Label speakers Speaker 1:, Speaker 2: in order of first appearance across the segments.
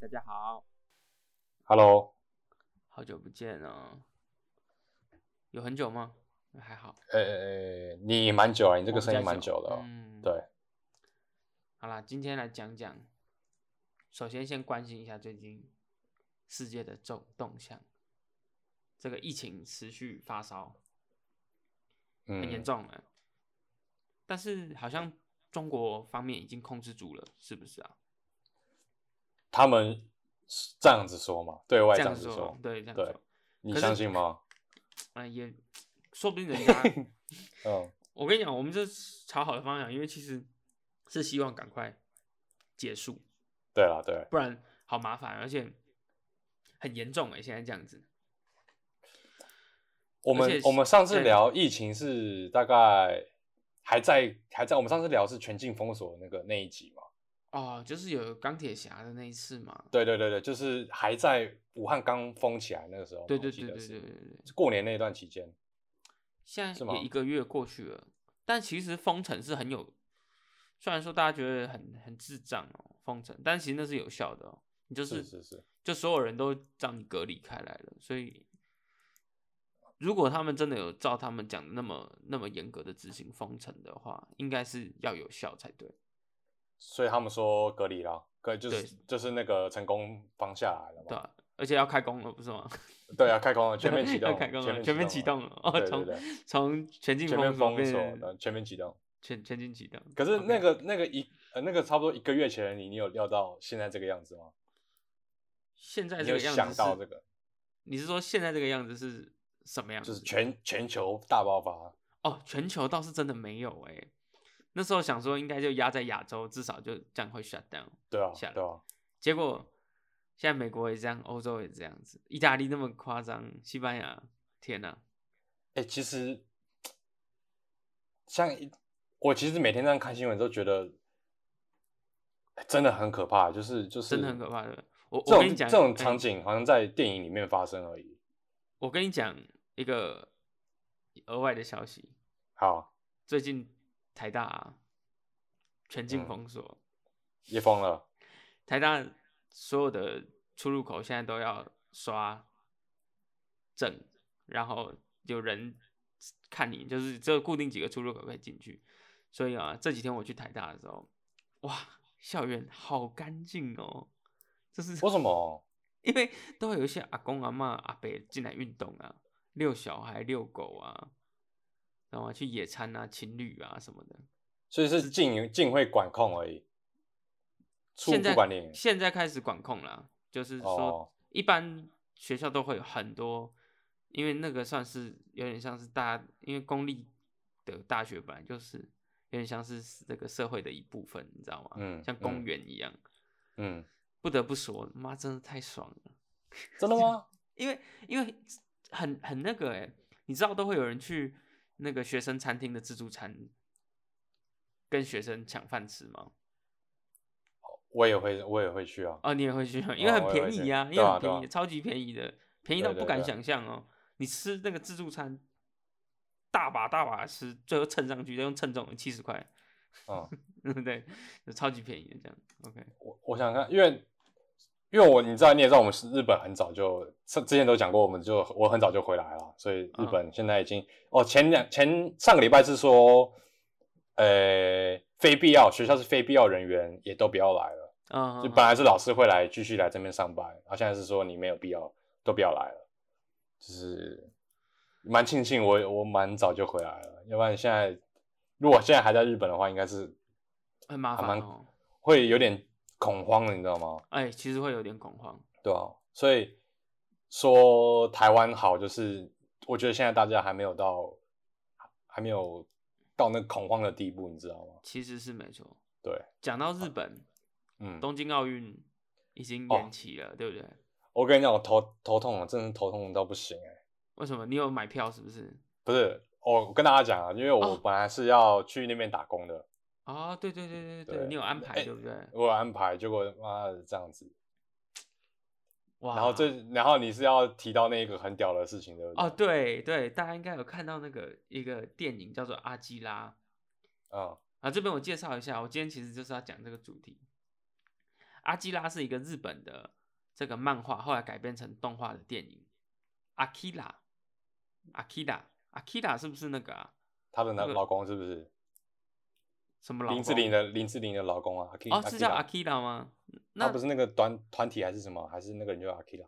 Speaker 1: 大家好，
Speaker 2: Hello，
Speaker 1: 好久不见了，有很久吗？还好，
Speaker 2: 呃、呃你蛮久啊，你这
Speaker 1: 我
Speaker 2: 个
Speaker 1: 比
Speaker 2: 声音
Speaker 1: 较
Speaker 2: 蛮
Speaker 1: 久
Speaker 2: 久的、哦
Speaker 1: 嗯，
Speaker 2: 对，
Speaker 1: 好啦，今天来讲讲，首先先关心一下最近世界的动动向，这个疫情持续发烧，
Speaker 2: 嗯，
Speaker 1: 很严重了，但是好像中国方面已经控制住了，是不是啊？
Speaker 2: 他们是这样子说嘛，对外
Speaker 1: 这
Speaker 2: 样
Speaker 1: 样
Speaker 2: 子
Speaker 1: 说，对，这样
Speaker 2: 对
Speaker 1: 说，
Speaker 2: 你
Speaker 1: 可是
Speaker 2: 相信吗？
Speaker 1: 嗯、也说不定 人家
Speaker 2: 嗯
Speaker 1: 我跟你讲，我们这是朝好的方向，因为其实是希望赶快结束，
Speaker 2: 对啦，对，
Speaker 1: 不然好麻烦，而且很严重哎、现在这样子，
Speaker 2: 我
Speaker 1: 而
Speaker 2: 们
Speaker 1: 且
Speaker 2: 我们上次
Speaker 1: 对
Speaker 2: 聊疫情是大概还在还在，我们上次聊是全境封锁那个那一集嘛，
Speaker 1: 哦，就是有钢铁侠的那一次嘛，
Speaker 2: 对对对对，就是还在武汉刚封起来那个时候嘛，
Speaker 1: 对
Speaker 2: 我
Speaker 1: 对
Speaker 2: 记
Speaker 1: 对
Speaker 2: 得
Speaker 1: 对
Speaker 2: 是
Speaker 1: 对对对，对
Speaker 2: 过年那段期间，
Speaker 1: 现
Speaker 2: 是
Speaker 1: 在
Speaker 2: 吗
Speaker 1: 也一个月过去了，但其实封城是很有，虽然说大家觉得很很智障哦，封城，但其实那是有效的哦，你就是
Speaker 2: 是是，
Speaker 1: 就所有人都让你隔离开来了，所以如果他们真的有照他们讲的那么那么严格的执行封城的话，应该是要有效才对。
Speaker 2: 所以他们说隔离啦，隔就是
Speaker 1: 对
Speaker 2: 就是那个成功防下来了嘛，
Speaker 1: 对啊、而且要开工了，不是吗？
Speaker 2: 对啊，开工了，全面启
Speaker 1: 要
Speaker 2: 动，
Speaker 1: 开工了，
Speaker 2: 全
Speaker 1: 全面启
Speaker 2: 动
Speaker 1: 动
Speaker 2: 了，
Speaker 1: 了。哦，
Speaker 2: 对对
Speaker 1: 从
Speaker 2: 对
Speaker 1: 从全境
Speaker 2: 全面
Speaker 1: 锁
Speaker 2: 封
Speaker 1: 变
Speaker 2: 锁
Speaker 1: 成
Speaker 2: 的全面启动。
Speaker 1: 全全境启动。
Speaker 2: 可是
Speaker 1: OK
Speaker 2: 那个那个一呃那个差不多一个月前的你，你有料到现在这个样子吗？
Speaker 1: 现在
Speaker 2: 你
Speaker 1: 这
Speaker 2: 有
Speaker 1: 个样子
Speaker 2: 想到
Speaker 1: 是
Speaker 2: 这个，
Speaker 1: 你是说现在这个样子是什么样
Speaker 2: 就
Speaker 1: 子？
Speaker 2: 是全全球大爆发，
Speaker 1: 哦，全球倒是真的没有哎、那时候想说应该就压在亚洲，至少就这样会 shut down。
Speaker 2: 对啊
Speaker 1: 下来
Speaker 2: 对啊，
Speaker 1: 结果现在美国也这样，欧洲也这样子，意大利那么夸张，西班牙，天哪、
Speaker 2: 哎、其实像一我其实每天这样看新闻都觉得、哎真的很可怕，就是就是
Speaker 1: 真的很可怕的。我
Speaker 2: 这
Speaker 1: 我
Speaker 2: 种
Speaker 1: 跟你讲
Speaker 2: 这种
Speaker 1: 哎
Speaker 2: 场景好像在电影里面发生而已。
Speaker 1: 我跟你讲一个额外的消息，
Speaker 2: 好，
Speaker 1: 最近台大、啊全境
Speaker 2: 嗯
Speaker 1: 封锁，
Speaker 2: 也疯了，
Speaker 1: 台大所有的出入口现在都要刷证，然后有人看你，就是只有固定几个出入口可以进去。所以啊，这几天我去台大的时候，哇，校园好干净哦，就是
Speaker 2: 为什么？
Speaker 1: 因为都会有一些阿公阿嬷阿伯进来运动啊，遛小孩、遛狗啊，然后去野餐啊、情侣啊什么的。
Speaker 2: 所以是进进会管控而已，处
Speaker 1: 现
Speaker 2: 不
Speaker 1: 在
Speaker 2: 管你。
Speaker 1: 现在开始管控了，就是
Speaker 2: 哦
Speaker 1: 说一般学校都会有很多，因为那个算是有点像是大家，因为公立的大学本来就是有点像是这个社会的一部分，你知道吗？
Speaker 2: 嗯
Speaker 1: 像
Speaker 2: 嗯
Speaker 1: 公园一样。
Speaker 2: 嗯，
Speaker 1: 不得不说，妈真的太爽了，
Speaker 2: 真的吗？
Speaker 1: 因为因为很很那个哎、你知道都会有人去那个学生餐厅的自助餐跟学生抢饭吃吗？
Speaker 2: 我也会，我也会去啊。
Speaker 1: 哦，你也会去，因为
Speaker 2: 哦
Speaker 1: 很
Speaker 2: 我也
Speaker 1: 便
Speaker 2: 会
Speaker 1: 宜
Speaker 2: 去
Speaker 1: 呀、因
Speaker 2: 对
Speaker 1: 为
Speaker 2: 啊
Speaker 1: 很
Speaker 2: 对
Speaker 1: 便
Speaker 2: 啊
Speaker 1: 宜，超级便宜的，便宜
Speaker 2: 对
Speaker 1: 到
Speaker 2: 对
Speaker 1: 不敢
Speaker 2: 对
Speaker 1: 想象哦。你吃那个自助餐，大把大把吃，最后称上去再用称重七十块，
Speaker 2: 嗯，
Speaker 1: 对不对？就超级便宜的这样。OK，
Speaker 2: 我我想看，因为因为我你知道，你也知道，我们是日本很早就之之前都讲过，我们就我很早就回来了，所以日本现在已经、哦，前两前上个礼拜是说，呃，非必要学校是非必要人员也都不要来了，
Speaker 1: 啊、
Speaker 2: 就本来是老师会来继续来这边上班，然后现在是说你没有必要都不要来了，就是蛮庆幸我我蛮早就回来了，要不然现在如果现在还在日本的话，应该是
Speaker 1: 很麻
Speaker 2: 还
Speaker 1: 烦
Speaker 2: 蛮
Speaker 1: 哦。
Speaker 2: 会有点恐慌的，你知道吗？
Speaker 1: 哎、其实会有点恐慌。
Speaker 2: 对啊，所以说台湾好，就是我觉得现在大家还没有到，还没有到那个恐慌的地步，你知道吗？
Speaker 1: 其实是没错。
Speaker 2: 对，
Speaker 1: 讲到日本，
Speaker 2: 嗯，
Speaker 1: 东京奥运已经
Speaker 2: 哦
Speaker 1: 延期了，对不对？
Speaker 2: 我跟你讲，我头头痛了，真的头痛到不行哎、
Speaker 1: 为什么？你有买票是不是？
Speaker 2: 不是，我我跟大家讲啊，因为我
Speaker 1: 哦
Speaker 2: 本来是要去那边打工的，
Speaker 1: 哦，对对对对对，
Speaker 2: 对
Speaker 1: 你有安排
Speaker 2: 哎
Speaker 1: 对不对？
Speaker 2: 我有安排，结果妈的这样子，
Speaker 1: 哇！
Speaker 2: 然后这然后你是要提到那个很屌的事情，对不对？
Speaker 1: 哦，，对对，大家应该有看到那个一个电影叫做《阿基拉》
Speaker 2: 嗯
Speaker 1: 啊。这边我介绍一下，我今天其实就是要讲这个主题。《阿基拉是一个日本的这个漫画，后来改编成动画的电影。阿基拉，阿基拉，阿基拉是不是那个、啊、
Speaker 2: 她的
Speaker 1: 那
Speaker 2: 男
Speaker 1: 个
Speaker 2: 老公是不是
Speaker 1: 什么老公？
Speaker 2: 林志玲的林志玲的老公啊？Aki-
Speaker 1: 哦，是叫
Speaker 2: Akira
Speaker 1: 阿基拉吗？那
Speaker 2: 他啊不是那个团团体还是什么？还是那个人叫 Akira？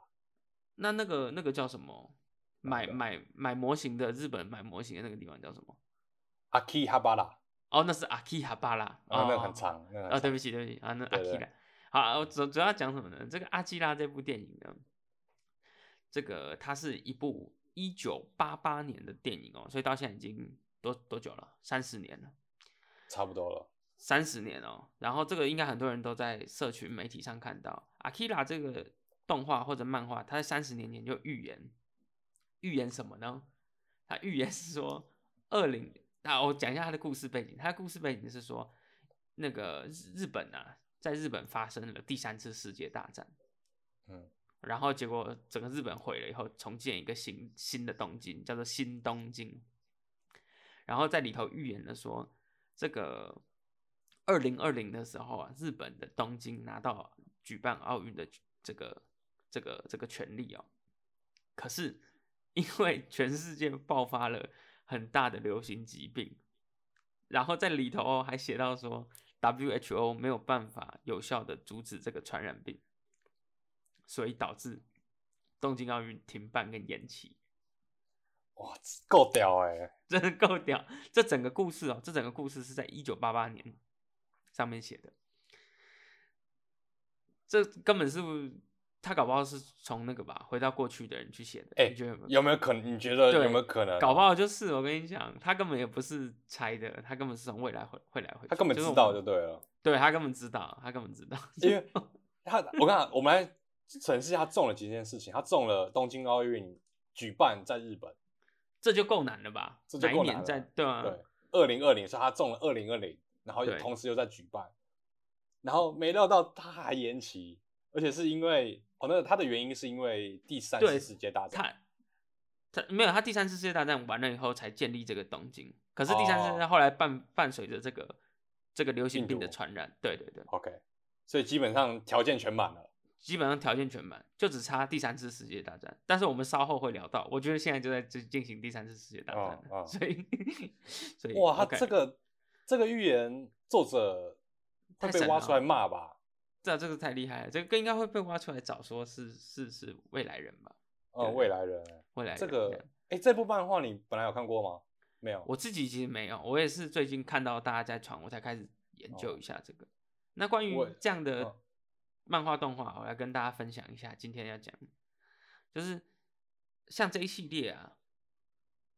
Speaker 1: 那那个那个叫什么？买
Speaker 2: 哪个
Speaker 1: 买买模型的日本买模型的那个地方叫什么？
Speaker 2: 阿 k 哈巴拉，
Speaker 1: 哦，那是阿基哈巴拉。
Speaker 2: 啊，
Speaker 1: 哦，
Speaker 2: 那个很长，那个
Speaker 1: 啊，
Speaker 2: 很
Speaker 1: 对
Speaker 2: 长
Speaker 1: 不起，对不起啊，那阿
Speaker 2: 对对
Speaker 1: 基拉。好，啊我主主要讲什么呢？这个《阿基拉》这部电影呢，这个它是一部一九八八年的电影哦，所以到现在已经多多久了？三十年了，
Speaker 2: 差不多了。
Speaker 1: 三十年哦。然后这个应该很多人都在社群媒体上看到，《阿基拉》这个动画或者漫画，它在三十年前就预言，预言什么呢？它预言是说，二零，那我讲一下它的故事背景。它的故事背景是说，那个日日本啊，在日本发生了第三次世界大战，
Speaker 2: 嗯，
Speaker 1: 然后结果整个日本毁了以后，重建一个新新的东京，叫做新东京。然后在里头预言了说，这个二零二零的时候啊，日本的东京拿到举办奥运的这个这个这个权利哦。可是因为全世界爆发了很大的流行疾病，然后在里头哦还写到说，WHO 没有办法有效的阻止这个传染病，所以导致东京奥运停办跟延期。
Speaker 2: 哇，够屌哎、
Speaker 1: 真的够屌！这整个故事哦，这整个故事是在一九八八年上面写的，这根本是他搞不好是从那个吧，回到过去的人去写的。
Speaker 2: 哎
Speaker 1: 你觉得有没有
Speaker 2: 有没有可能？你觉得
Speaker 1: 对
Speaker 2: 有没有可能啊、
Speaker 1: 搞不好就是我跟你讲，他根本也不是猜的，他根本是从未来回回来回去，
Speaker 2: 他根本
Speaker 1: 就
Speaker 2: 知
Speaker 1: 是我
Speaker 2: 道
Speaker 1: 们
Speaker 2: 就对了，
Speaker 1: 对他根本知道，他根本知道，
Speaker 2: 因为他我看我们来审视一下他中了几件事情，他中了东京奥运举办在日本，
Speaker 1: 这就够难了吧？
Speaker 2: 这就
Speaker 1: 哪一
Speaker 2: 够
Speaker 1: 年
Speaker 2: 难
Speaker 1: 在
Speaker 2: 了
Speaker 1: 对啊？
Speaker 2: 对，二零二零是他中了二零二零，然后
Speaker 1: 对
Speaker 2: 同时又在举办，然后没料到他还延期，而且是因为哦，那个他的原因是因为第三
Speaker 1: 对
Speaker 2: 次世界大战，
Speaker 1: 他他没有，他第三次世界大战完了以后才建立这个东京，可是第三次世界大战
Speaker 2: 哦
Speaker 1: 后来伴伴随着这个这个流行
Speaker 2: 病
Speaker 1: 病的
Speaker 2: 毒
Speaker 1: 传染，对对对，
Speaker 2: OK，所以基本上条件全满了。
Speaker 1: 基本上条件全满，就只差第三次世界大战。但是我们稍后会聊到，我觉得现在就在进进行第三次世界大战了
Speaker 2: 哦，哦
Speaker 1: 所以 所以
Speaker 2: 哇，他
Speaker 1: OK
Speaker 2: 这个这个预言作者会
Speaker 1: 太
Speaker 2: 被
Speaker 1: 神
Speaker 2: 挖
Speaker 1: 了
Speaker 2: 出来骂吧？
Speaker 1: 这这个太厉害了，这个应该会被挖出来找说是是是未来人吧，对
Speaker 2: 嗯，未来人欸
Speaker 1: 未来人
Speaker 2: 这
Speaker 1: 样
Speaker 2: 个，哎，这部漫画你本来有看过吗？没有，
Speaker 1: 我自己其实没有，我也是最近看到大家在传，我才开始研究一下这个。那关于
Speaker 2: 哦我
Speaker 1: 这样的
Speaker 2: 嗯
Speaker 1: 漫画动画，我来跟大家分享一下。今天要讲，就是像这一系列啊，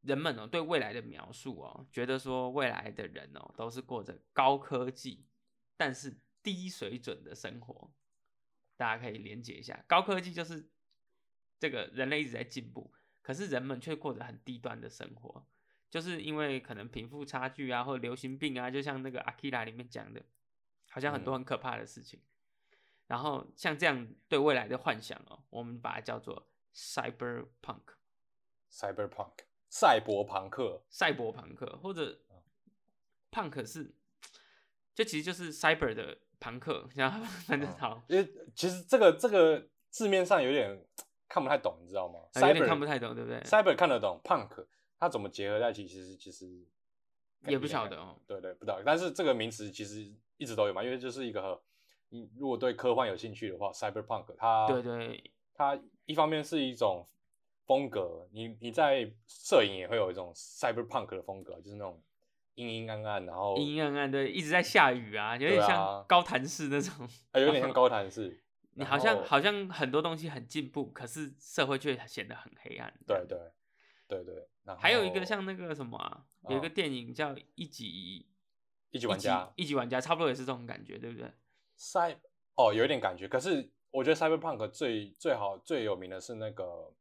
Speaker 1: 人们哦对未来的描述哦，觉得说未来的人哦都是过着高科技但是低水准的生活，大家可以连接一下。高科技就是这个人类一直在进步，可是人们却过着很低端的生活，就是因为可能贫富差距啊，或者流行病啊，就像那个《阿基拉》里面讲的，好像很多
Speaker 2: 嗯
Speaker 1: 很可怕的事情。然后像这样对未来的幻想哦，我们把它叫做 cyberpunk。
Speaker 2: Cyberpunk 赛博朋克，
Speaker 1: 赛博朋克，或者 punk 是，就其实就是 cyber 的朋克，然后 反正
Speaker 2: 嗯
Speaker 1: 好，
Speaker 2: 因为其实这个这个字面上有点看不太懂，你知道吗
Speaker 1: 呃有点看不
Speaker 2: ？Cyber
Speaker 1: 太懂，对不对？
Speaker 2: Cyber 看得懂，Punk 它怎么结合在一起，其实其实
Speaker 1: 也不晓得。哦。
Speaker 2: 对对，不知道。但是这个名词其实一直都有嘛，因为就是一个，你如果对科幻有兴趣的话，cyberpunk 它
Speaker 1: 对对，
Speaker 2: 它一方面是一种风格，你你在摄影也会有一种 cyberpunk 的风格，就是那种阴阴暗暗，然后
Speaker 1: 阴阴暗暗的，一直在下雨啊，有
Speaker 2: 哦对
Speaker 1: 点像
Speaker 2: 啊
Speaker 1: 高谭市那 种。
Speaker 2: 呃有 点像高谭市。
Speaker 1: 你
Speaker 2: 然
Speaker 1: 好像
Speaker 2: 后
Speaker 1: 好像很多东西很进步，可是社会却显得很黑暗。这
Speaker 2: 对
Speaker 1: 样
Speaker 2: 对对对，然后
Speaker 1: 还有一个像那个什么啊，有一个
Speaker 2: 嗯
Speaker 1: 电影叫《一级
Speaker 2: 一级玩家
Speaker 1: 一级玩家》，差不多也是这种感觉，对不对？
Speaker 2: cyber 哦，有一点感觉。可是我觉得 cyberpunk 最最好最有名的是那个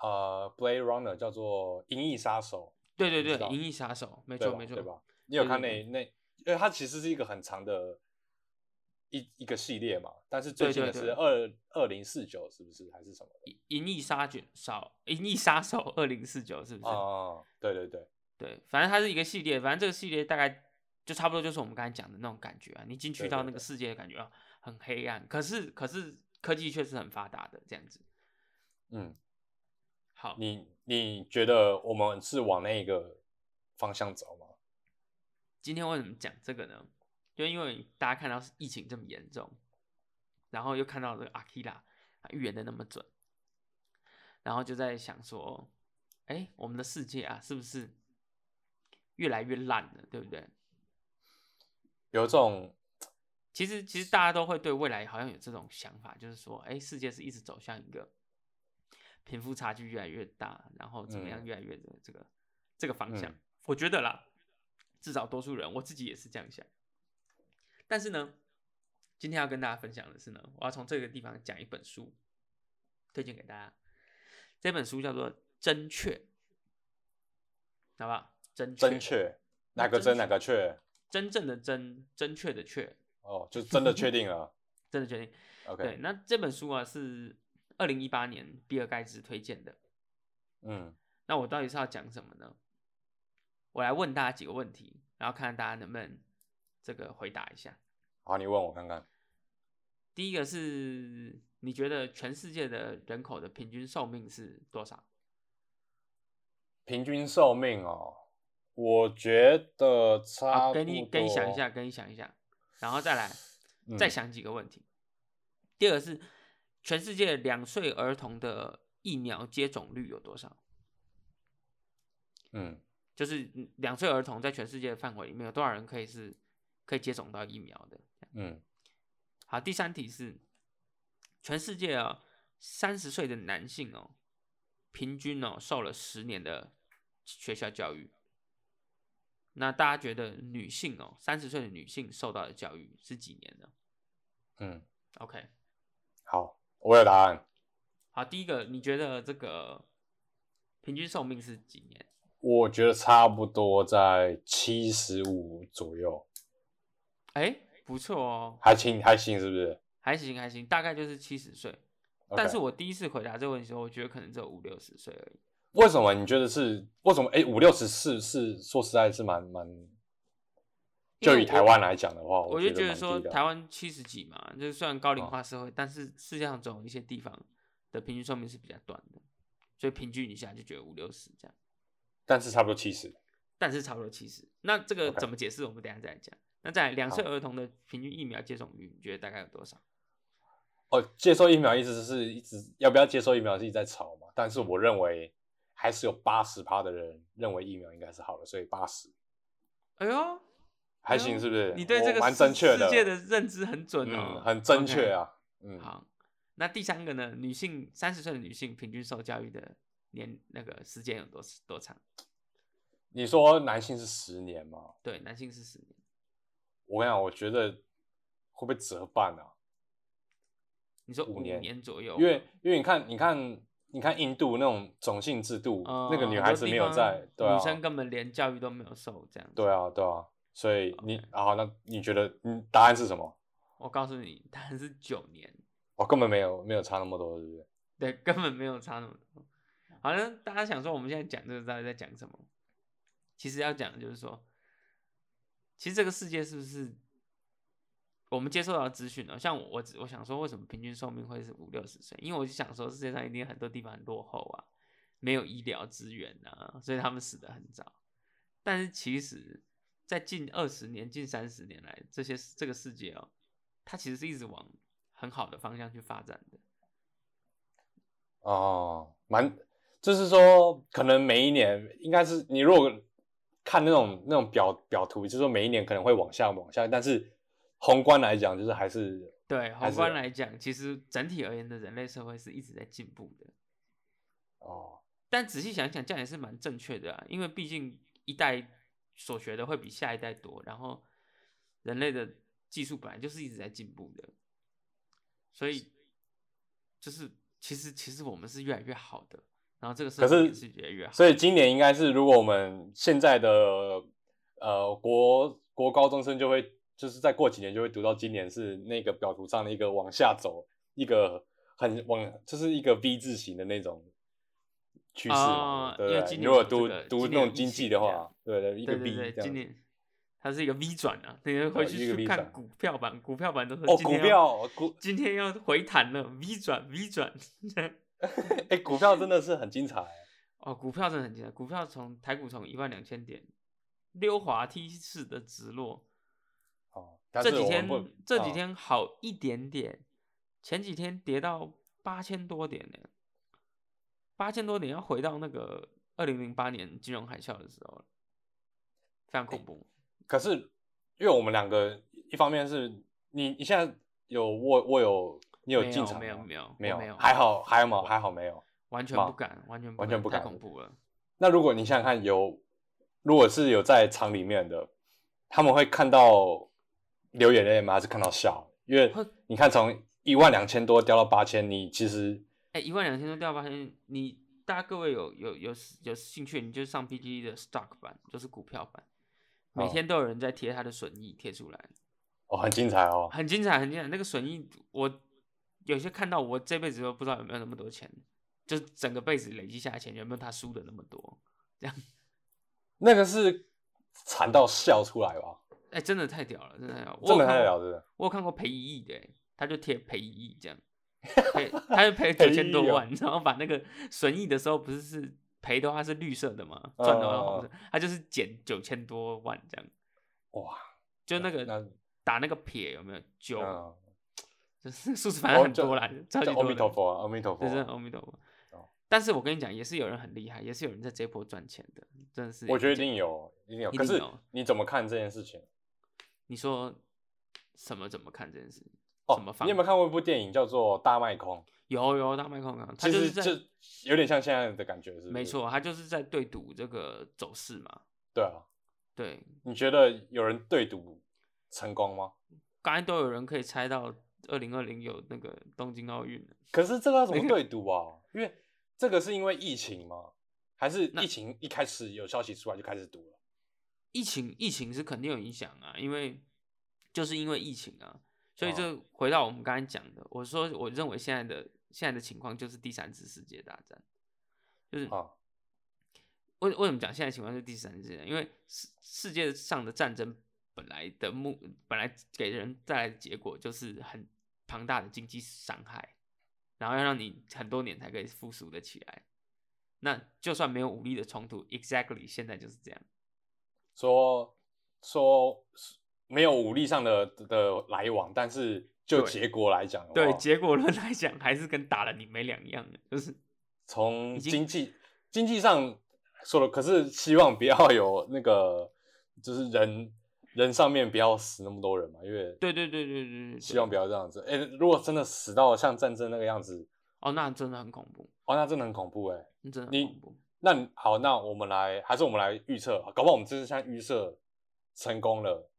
Speaker 2: 呃 Blade Runner 叫做《银翼杀手》。
Speaker 1: 对对
Speaker 2: 不知
Speaker 1: 对，《
Speaker 2: 道
Speaker 1: 银翼杀手》没
Speaker 2: 对
Speaker 1: 错
Speaker 2: 吧
Speaker 1: 没错
Speaker 2: 对，吧？你有
Speaker 1: 对
Speaker 2: 看
Speaker 1: 对
Speaker 2: 那那，因为它其实是一个很长的一一个系列嘛，但是最
Speaker 1: 对
Speaker 2: 近
Speaker 1: 对
Speaker 2: 的
Speaker 1: 对
Speaker 2: 是二二零四九，是不是还是什么的？
Speaker 1: 银银翼杀卷少，银翼杀手二零四九是不是？
Speaker 2: 哦，对对对，
Speaker 1: 对，反正它是一个系列，反正这个系列大概就差不多就是我们刚才讲的那种感觉啊，你进去
Speaker 2: 对
Speaker 1: 到
Speaker 2: 对
Speaker 1: 那个
Speaker 2: 对
Speaker 1: 世界的感觉啊，很黑暗。可是可是科技却是很发达的这样子。
Speaker 2: 嗯，
Speaker 1: 好，
Speaker 2: 你你觉得我们是往那个方向走吗？
Speaker 1: 今天为什么讲这个呢？就因为大家看到疫情这么严重，然后又看到这个阿基拉他预言的那么准，然后就在想说，哎、我们的世界啊，是不是越来越烂了，对不对？
Speaker 2: 有一种
Speaker 1: 其实其实大家都会对未来好像有这种想法，就是说，哎、世界是一直走向一个贫富差距越来越大，然后怎么样
Speaker 2: 嗯
Speaker 1: 越来越的这个、这个方向。
Speaker 2: 嗯
Speaker 1: 我觉得啦，至少多数人我自己也是这样想。但是呢，今天要跟大家分享的是呢，我要从这个地方讲一本书，推荐给大家。这本书叫做《真确》，好不好？真确
Speaker 2: 真确，哪个
Speaker 1: 真
Speaker 2: 真哪个确？
Speaker 1: 真正的真，真确的确，
Speaker 2: 哦，就真的确定 了。
Speaker 1: 真的确定。对，
Speaker 2: OK，
Speaker 1: 那这本书啊是二零一八年比尔盖茨推荐的。
Speaker 2: 嗯，
Speaker 1: 那我到底是要讲什么呢？我来问大家几个问题，然后看看大家能不能这个回答一下。
Speaker 2: 好，你问我看看。
Speaker 1: 第一个是你觉得全世界的人口的平均寿命是多少？
Speaker 2: 平均寿命哦，我觉得差
Speaker 1: 好，
Speaker 2: 不多。
Speaker 1: 给你给你想一下，给你想一下，然后再来
Speaker 2: 嗯，
Speaker 1: 再想几个问题。第二个是全世界两岁儿童的疫苗接种率有多少？
Speaker 2: 嗯，
Speaker 1: 就是嗯两岁儿童在全世界的范围里面有多少人可以是可以接种到疫苗的？
Speaker 2: 嗯
Speaker 1: 好，第三题是全世界啊三十岁的男性哦，平均哦受了十年的学校教育。那大家觉得女性哦，三十岁的女性受到的教育是几年呢
Speaker 2: 嗯，
Speaker 1: ？OK，
Speaker 2: 好，我有答案，
Speaker 1: 好，第一个你觉得这个平均寿命是几年？
Speaker 2: 我觉得差不多在七十五左右，
Speaker 1: 哎，不错哦，
Speaker 2: 还行还行，是不是
Speaker 1: 还行还行，大概就是七十岁。
Speaker 2: ？OK？
Speaker 1: 但是我第一次回答这个问题的时候，我觉得可能只有五六十岁而已。
Speaker 2: 为什么你觉得是为什么？哎，五六十是是说实在是蛮蛮，
Speaker 1: 因为
Speaker 2: 就以
Speaker 1: 我
Speaker 2: 台湾来讲的话，
Speaker 1: 我
Speaker 2: 哦觉
Speaker 1: 就觉得
Speaker 2: 蛮低
Speaker 1: 说，
Speaker 2: 的
Speaker 1: 台湾七十几嘛，就是虽然高龄
Speaker 2: 哦
Speaker 1: 化社会，但是世界上总有一些地方的平均寿命是比较短的，所以平均一下就觉得五六十这样，
Speaker 2: 但是差不多七十。
Speaker 1: 但是差不多七十。那这个
Speaker 2: OK
Speaker 1: 怎么解释？我们等一下再来讲。那在两岁
Speaker 2: 好
Speaker 1: 儿童的平均疫苗接种率，你觉得大概有多少？
Speaker 2: 哦，接受疫苗意思是一直要不要接受疫苗是一直在吵嘛，但是我认为还是有八十趴的人认为疫苗应该是好的，所以八十
Speaker 1: 哎呦，
Speaker 2: 还行，是不是？
Speaker 1: 哦你对这
Speaker 2: 我
Speaker 1: 个
Speaker 2: 蛮
Speaker 1: 世
Speaker 2: 正确
Speaker 1: 世界的认知很准哦
Speaker 2: 嗯，很正确啊。嗯，
Speaker 1: 好，那第三个呢？女性三十岁的女性平均受教育的年那个时间有多多长？
Speaker 2: 你说男性是十年嘛？
Speaker 1: 对，男性是十年。
Speaker 2: 我跟你讲，我觉得会不会折半啊？
Speaker 1: 你说
Speaker 2: 五
Speaker 1: 五
Speaker 2: 年
Speaker 1: 年左右吗，
Speaker 2: 因为因为你看，你看，你看印度那种种姓制度，
Speaker 1: 呃
Speaker 2: 那个女
Speaker 1: 很
Speaker 2: 孩
Speaker 1: 多
Speaker 2: 子
Speaker 1: 地
Speaker 2: 没有
Speaker 1: 方
Speaker 2: 在，对啊
Speaker 1: 女，生根本连教育都没有受，这样子。
Speaker 2: 对，啊，对啊，所以你
Speaker 1: OK
Speaker 2: 啊，那你觉得嗯，答案是什么？
Speaker 1: 我告诉你， 答案是九年，
Speaker 2: 我、哦根本没有没有差那么多，对不对？
Speaker 1: 对，根本没有差那么多。好像大家想说，我们现在讲这个到底在讲什么？其实要讲的就是说，其实这个世界是不是我们接受到的资讯呢？像我，我只我想说，为什么平均寿命会是五六十岁？因为我就想说，世界上一定很多地方很落后啊，没有医疗资源啊，所以他们死得很早。但是其实，在近二十年、近三十年来，这些这个世界哦，它其实是一直往很好的方向去发展的。
Speaker 2: 哦，蛮，就是说，可能每一年应该是你如果看那种那种表表图，就是说每一年可能会往下往下，但是宏观来讲，就是还是
Speaker 1: 对，
Speaker 2: 还
Speaker 1: 宏
Speaker 2: 是
Speaker 1: 观
Speaker 2: 有
Speaker 1: 来讲，其实整体而言的人类社会是一直在进步的。
Speaker 2: 哦，
Speaker 1: 但仔细想想，这样也是蛮正确的啊，因为毕竟一代所学的会比下一代多，然后人类的技术本来就是一直在进步的，所以就是其实其实我们是越来越好的，然后这个社
Speaker 2: 可
Speaker 1: 会
Speaker 2: 是
Speaker 1: 也是越来越好。
Speaker 2: 啊所以今年应该是如果我们现在的呃国国高中生就会就是再过几年就会读到今年是那个表图上的一个往下走，一个很往就是一个 V 字形的那种。趋势嘛，
Speaker 1: 哦
Speaker 2: 对
Speaker 1: 因为
Speaker 2: 不对啊
Speaker 1: 今
Speaker 2: 你
Speaker 1: 年
Speaker 2: 如果
Speaker 1: 有这
Speaker 2: 读
Speaker 1: 个
Speaker 2: 读
Speaker 1: 今
Speaker 2: 那
Speaker 1: 年有
Speaker 2: 种
Speaker 1: 疫
Speaker 2: 经济
Speaker 1: 情
Speaker 2: 的
Speaker 1: 这
Speaker 2: 话
Speaker 1: 样，
Speaker 2: 对对，一个
Speaker 1: 对
Speaker 2: B
Speaker 1: 对对，
Speaker 2: 这样
Speaker 1: 今
Speaker 2: 子
Speaker 1: 年它是一个 V 转啊，你要回
Speaker 2: 哦一
Speaker 1: 去
Speaker 2: 个
Speaker 1: 去
Speaker 2: V
Speaker 1: 看
Speaker 2: 转
Speaker 1: 股票版，股票版都是
Speaker 2: 哦，
Speaker 1: 今
Speaker 2: 股
Speaker 1: 天要
Speaker 2: 票股
Speaker 1: 今天要回弹了，V 转 V 转，
Speaker 2: 哎、股票真的是很精彩。
Speaker 1: 哦，股票真的很简单，股票从台股从一万两千点溜滑梯式的直落，
Speaker 2: 哦，但
Speaker 1: 这
Speaker 2: 是
Speaker 1: 几
Speaker 2: 我
Speaker 1: 天
Speaker 2: 们不
Speaker 1: 这几
Speaker 2: 哦
Speaker 1: 天好一点点，前几天跌到八千多点呢，八千多点要回到那个二零零八年金融海啸的时候了，非常恐怖。
Speaker 2: 可是因为我们两个，一方面是你你现在有我我有你有
Speaker 1: 没
Speaker 2: 进
Speaker 1: 有
Speaker 2: 场
Speaker 1: 没有
Speaker 2: 吗
Speaker 1: 没有我
Speaker 2: 没有
Speaker 1: 没有
Speaker 2: 还好还好还好没有。
Speaker 1: 完全
Speaker 2: 吗
Speaker 1: 不敢，完全
Speaker 2: 完全不
Speaker 1: 太
Speaker 2: 敢
Speaker 1: 恐怖了。
Speaker 2: 那如果你想想看有，如果是有在场里面的，他们会看到流眼泪吗？还是看到笑？因为
Speaker 1: 会
Speaker 2: 你看从一万两千多掉到八千，你其实
Speaker 1: 哎，一万两千多掉八千，你大家各位有有有有兴趣，你就上 PTT 的 Stock 版，就是股票版，每
Speaker 2: 哦
Speaker 1: 天都有人在贴他的损益贴出来，
Speaker 2: 哦很精彩哦。
Speaker 1: 很精彩，很精彩。那个损益，我有些看到我这辈子都不知道有没有那么多钱，就是整个辈子累积下来钱有没有他输的那么多。
Speaker 2: 那个是惨到笑出来吧？
Speaker 1: 哎，真的太屌了，真的太屌了！我
Speaker 2: 真
Speaker 1: 有
Speaker 2: 的
Speaker 1: 看
Speaker 2: 太
Speaker 1: 过
Speaker 2: 了，真的。
Speaker 1: 我有看过赔一亿的欸，他就贴赔一亿 这样，赔他就赔
Speaker 2: 赔
Speaker 1: 九千多
Speaker 2: 1亿哦
Speaker 1: 万，然后把那个损益的时候不是是赔的话是绿色的嘛，
Speaker 2: 哦
Speaker 1: 赚的话红色，他就是减九千多万这样，
Speaker 2: 哇，
Speaker 1: 就那
Speaker 2: 那
Speaker 1: 个打那个撇有没有九，
Speaker 2: 嗯，
Speaker 1: 就是 数字反正
Speaker 2: 哦
Speaker 1: 很
Speaker 2: 就
Speaker 1: 多啦，超级
Speaker 2: 叫阿
Speaker 1: 多
Speaker 2: 弥陀
Speaker 1: 的，
Speaker 2: 佛啊，阿弥陀佛
Speaker 1: 对，
Speaker 2: 啊。
Speaker 1: 真的阿弥陀佛
Speaker 2: 哦。
Speaker 1: 但是我跟你讲，也是有人很厉害，也是有人在这一波赚钱的，真的是。
Speaker 2: 我觉得一定有，一定有。
Speaker 1: 一
Speaker 2: 可
Speaker 1: 定
Speaker 2: 是
Speaker 1: 有
Speaker 2: 你怎么看这件事情？
Speaker 1: 你说什么怎么看这件事？
Speaker 2: 哦
Speaker 1: 怎么，放
Speaker 2: 你有没有看过一部电影叫做《大卖空
Speaker 1: 有有大麦克风，》？他
Speaker 2: 其
Speaker 1: 就
Speaker 2: 实
Speaker 1: 是在
Speaker 2: 就有点像现在的感觉，是不是？
Speaker 1: 没。错，他就是在对赌这个走势嘛。
Speaker 2: 对啊，
Speaker 1: 对，
Speaker 2: 你觉得有人对赌成功吗？
Speaker 1: 刚才都有人可以猜到二零二零有那个东京奥运了
Speaker 2: 可是这个要怎么对赌啊？因为这个是因为疫情吗？还是
Speaker 1: 那
Speaker 2: 疫情一开始有消息出来就开始赌了？
Speaker 1: 疫情疫情是肯定有影响啊，因为就是因为疫情啊，所以
Speaker 2: 哦
Speaker 1: 这回到我们刚才讲的，我说我认为现在的现在的情况就是第三次世界大战，就是
Speaker 2: 啊，
Speaker 1: 为为什么讲现在情况是第三次世界？因为世世界上的战争本来的目本来给人带来的结果就是很庞大的经济伤害，然后要让你很多年才可以复苏的起来。那就算没有武力的冲突，exactly 现在就是这样。
Speaker 2: 说说没有武力上的的来往，但是就
Speaker 1: 对
Speaker 2: 结果来讲的话，
Speaker 1: 对结果论来讲，还是跟打了你没两样的，就是
Speaker 2: 从
Speaker 1: 已经
Speaker 2: 经济经济上说了，可是希望不要有那个，就是人人上面不要死那么多人嘛，因为
Speaker 1: 对对对对对对，
Speaker 2: 希望不
Speaker 1: 要
Speaker 2: 要这样子。哎、如果真的死到像战争那个样子，
Speaker 1: 哦，那真的很恐怖，
Speaker 2: 哦，那真的很恐怖哎、
Speaker 1: 那真的
Speaker 2: 你
Speaker 1: 很恐怖。
Speaker 2: 那你好，那我们来，还是我们来预测，搞不好我们这次像预测成功了，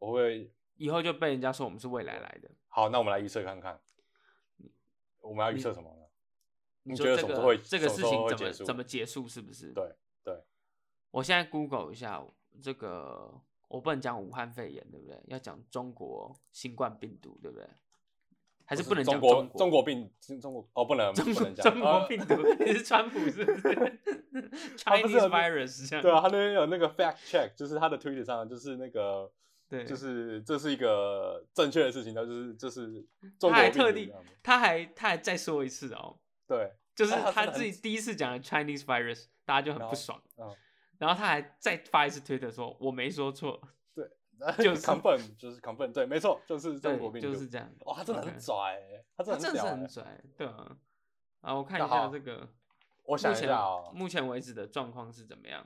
Speaker 2: 我会
Speaker 1: 以后就被人家说我们是未来来的。
Speaker 2: 好，那我们来预测看看，我们要预测什么呢？你
Speaker 1: 说
Speaker 2: 觉得
Speaker 1: 这
Speaker 2: 什么时
Speaker 1: 个
Speaker 2: 候会
Speaker 1: 这个
Speaker 2: 什么
Speaker 1: 事
Speaker 2: 时候
Speaker 1: 情
Speaker 2: 会
Speaker 1: 怎
Speaker 2: 结
Speaker 1: 么
Speaker 2: 束
Speaker 1: 怎么结束？是不是？
Speaker 2: 对对。
Speaker 1: 我现在 Google 一下这个，我不能讲武汉肺炎，对不对？要讲中国新冠病毒，对不对？还是
Speaker 2: 或
Speaker 1: 不能讲
Speaker 2: 中国
Speaker 1: 中
Speaker 2: 中国病中国哦，不能
Speaker 1: 中
Speaker 2: 不能讲
Speaker 1: 中
Speaker 2: 呃
Speaker 1: 国病毒？你是川普是不 是
Speaker 2: 他不是有
Speaker 1: ？Chinese virus 这样
Speaker 2: 对啊，他那边有那个 fact check，就是他的推特上就是那个，
Speaker 1: 对，
Speaker 2: 就是这是一个正确的事情，那就是就是中
Speaker 1: 他
Speaker 2: 国
Speaker 1: 还
Speaker 2: 病毒
Speaker 1: 特
Speaker 2: 这
Speaker 1: 地
Speaker 2: 样子，
Speaker 1: 他还他还再说一次哦，
Speaker 2: 对，
Speaker 1: 就是
Speaker 2: 哎他真
Speaker 1: 他
Speaker 2: 的
Speaker 1: 自己
Speaker 2: 很
Speaker 1: 第一次讲的 Chinese virus，大家就很
Speaker 2: 然
Speaker 1: 不
Speaker 2: 后
Speaker 1: 爽，
Speaker 2: 嗯，
Speaker 1: 然后他还再发一次推特说我没说错，
Speaker 2: 就
Speaker 1: 就是是
Speaker 2: confirm 就是 confirm，对，没错，就是中国
Speaker 1: 对，
Speaker 2: 病
Speaker 1: 就
Speaker 2: 毒，
Speaker 1: 是这 样。
Speaker 2: 哇，他真的
Speaker 1: OK
Speaker 2: 很拽欸，他真
Speaker 1: 他
Speaker 2: 的
Speaker 1: 真
Speaker 2: 很
Speaker 1: 的
Speaker 2: 屌
Speaker 1: 是很
Speaker 2: 欸，
Speaker 1: 拽，对啊。啊，我看
Speaker 2: 那
Speaker 1: 一下
Speaker 2: 好
Speaker 1: 这个，
Speaker 2: 我
Speaker 1: 目
Speaker 2: 想一
Speaker 1: 前
Speaker 2: 下哦，
Speaker 1: 目前为止的状况是怎么样？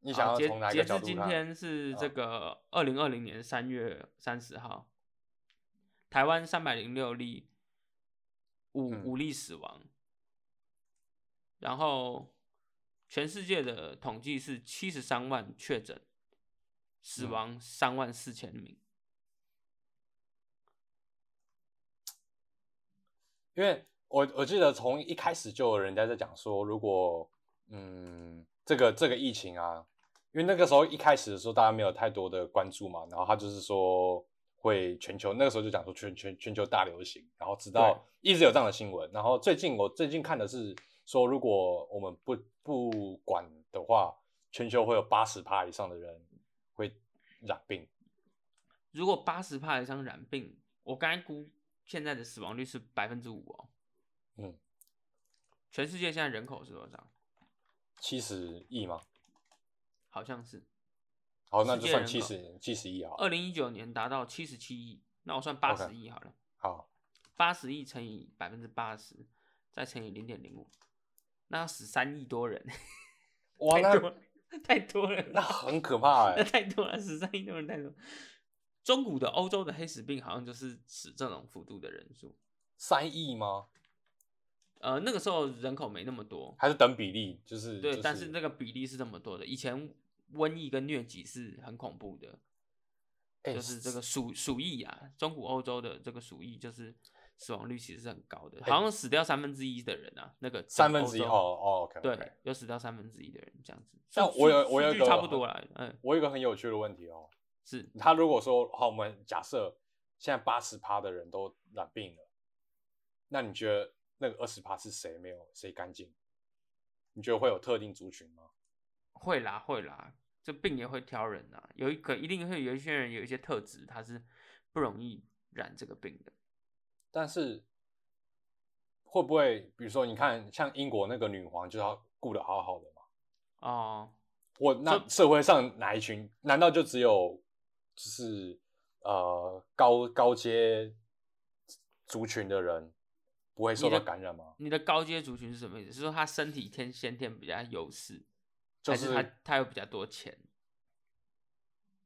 Speaker 2: 你
Speaker 1: 好
Speaker 2: 想要
Speaker 1: 啊截
Speaker 2: 从哪
Speaker 1: 截
Speaker 2: 个
Speaker 1: 至
Speaker 2: 角度
Speaker 1: 今
Speaker 2: 看？
Speaker 1: 天是这
Speaker 2: 嗯
Speaker 1: 个二零二零年三月三十号，台湾三百零六例，五
Speaker 2: 嗯
Speaker 1: 五例死亡，然后全世界的统计是七十三万确诊，死
Speaker 2: 嗯
Speaker 1: 亡三万四千名。
Speaker 2: 因为我我记得从一开始就有人家在讲说，如果嗯这个这个疫情啊，因为那个时候一开始的时候大家没有太多的关注嘛，然后他就是说会全球那个时候就讲说全全全球大流行，然后直到一直有这样的新闻，然后最近我最近看的是说，如果我们不不管的话，全球会有八十趴以上的人会染病。
Speaker 1: 如果八十帕以上染病，我刚才估现在的死亡率是百分之五哦。
Speaker 2: 嗯，
Speaker 1: 全世界现在人口是多少？
Speaker 2: 七十亿吗？
Speaker 1: 好像是
Speaker 2: 好，那
Speaker 1: 世
Speaker 2: 就
Speaker 1: 界
Speaker 2: 算
Speaker 1: 人
Speaker 2: 七
Speaker 1: 口
Speaker 2: 十七十亿啊。
Speaker 1: 二零一九年达到七十七亿，那我算八十
Speaker 2: OK
Speaker 1: 亿好了。
Speaker 2: 好，
Speaker 1: 八十亿乘以百分之八十，再乘以零点零五，那要死三亿多人，
Speaker 2: 哇，
Speaker 1: 太
Speaker 2: 那
Speaker 1: 多了，太多了，
Speaker 2: 那很可怕
Speaker 1: 那
Speaker 2: 哎。
Speaker 1: 太多了，死三亿多人太多。中古的欧洲的黑死病好像就是死这种幅度的人数，
Speaker 2: 三亿吗？
Speaker 1: 呃，那个时候人口没那么多，
Speaker 2: 还是等比例？就是
Speaker 1: 对，
Speaker 2: 就
Speaker 1: 但是那个比例是这么多的。以前瘟疫跟疟疾是很恐怖的，
Speaker 2: 哎
Speaker 1: 就是这个鼠鼠疫啊，中古欧洲的这个鼠疫就是死亡率其实是很高的，
Speaker 2: 哎
Speaker 1: 好像死掉三分之一的人啊，那个整
Speaker 2: 三分之一
Speaker 1: 欧
Speaker 2: 哦
Speaker 1: 洲
Speaker 2: 哦，OK，
Speaker 1: 对，有死掉三分之一的人这样子。
Speaker 2: 但
Speaker 1: 数
Speaker 2: 我有
Speaker 1: 数
Speaker 2: 我有一
Speaker 1: 据
Speaker 2: 个
Speaker 1: 差不
Speaker 2: 很
Speaker 1: 多啦，嗯，
Speaker 2: 我有一个很有趣的问题哦，
Speaker 1: 是
Speaker 2: 他如果说好，我们假设现在八十趴的人都染病了，那你觉得那个二十趴是谁没有谁干净？你觉得会有特定族群吗？
Speaker 1: 会啦会啦，这病也会挑人啊，有一个一定会有一些人有一些特质，他是不容易染这个病的。
Speaker 2: 但是会不会，比如说你看像英国那个女皇，就要顾得好好的嘛？
Speaker 1: 哦，
Speaker 2: 我那
Speaker 1: 这
Speaker 2: 社会上哪一群？难道就只有就是呃高高阶族群的人不会受
Speaker 1: 你的
Speaker 2: 到感染吗？
Speaker 1: 你的高阶族群是什么意思？是说他身体天先天比较优势，
Speaker 2: 就
Speaker 1: 还是他他有比较多钱？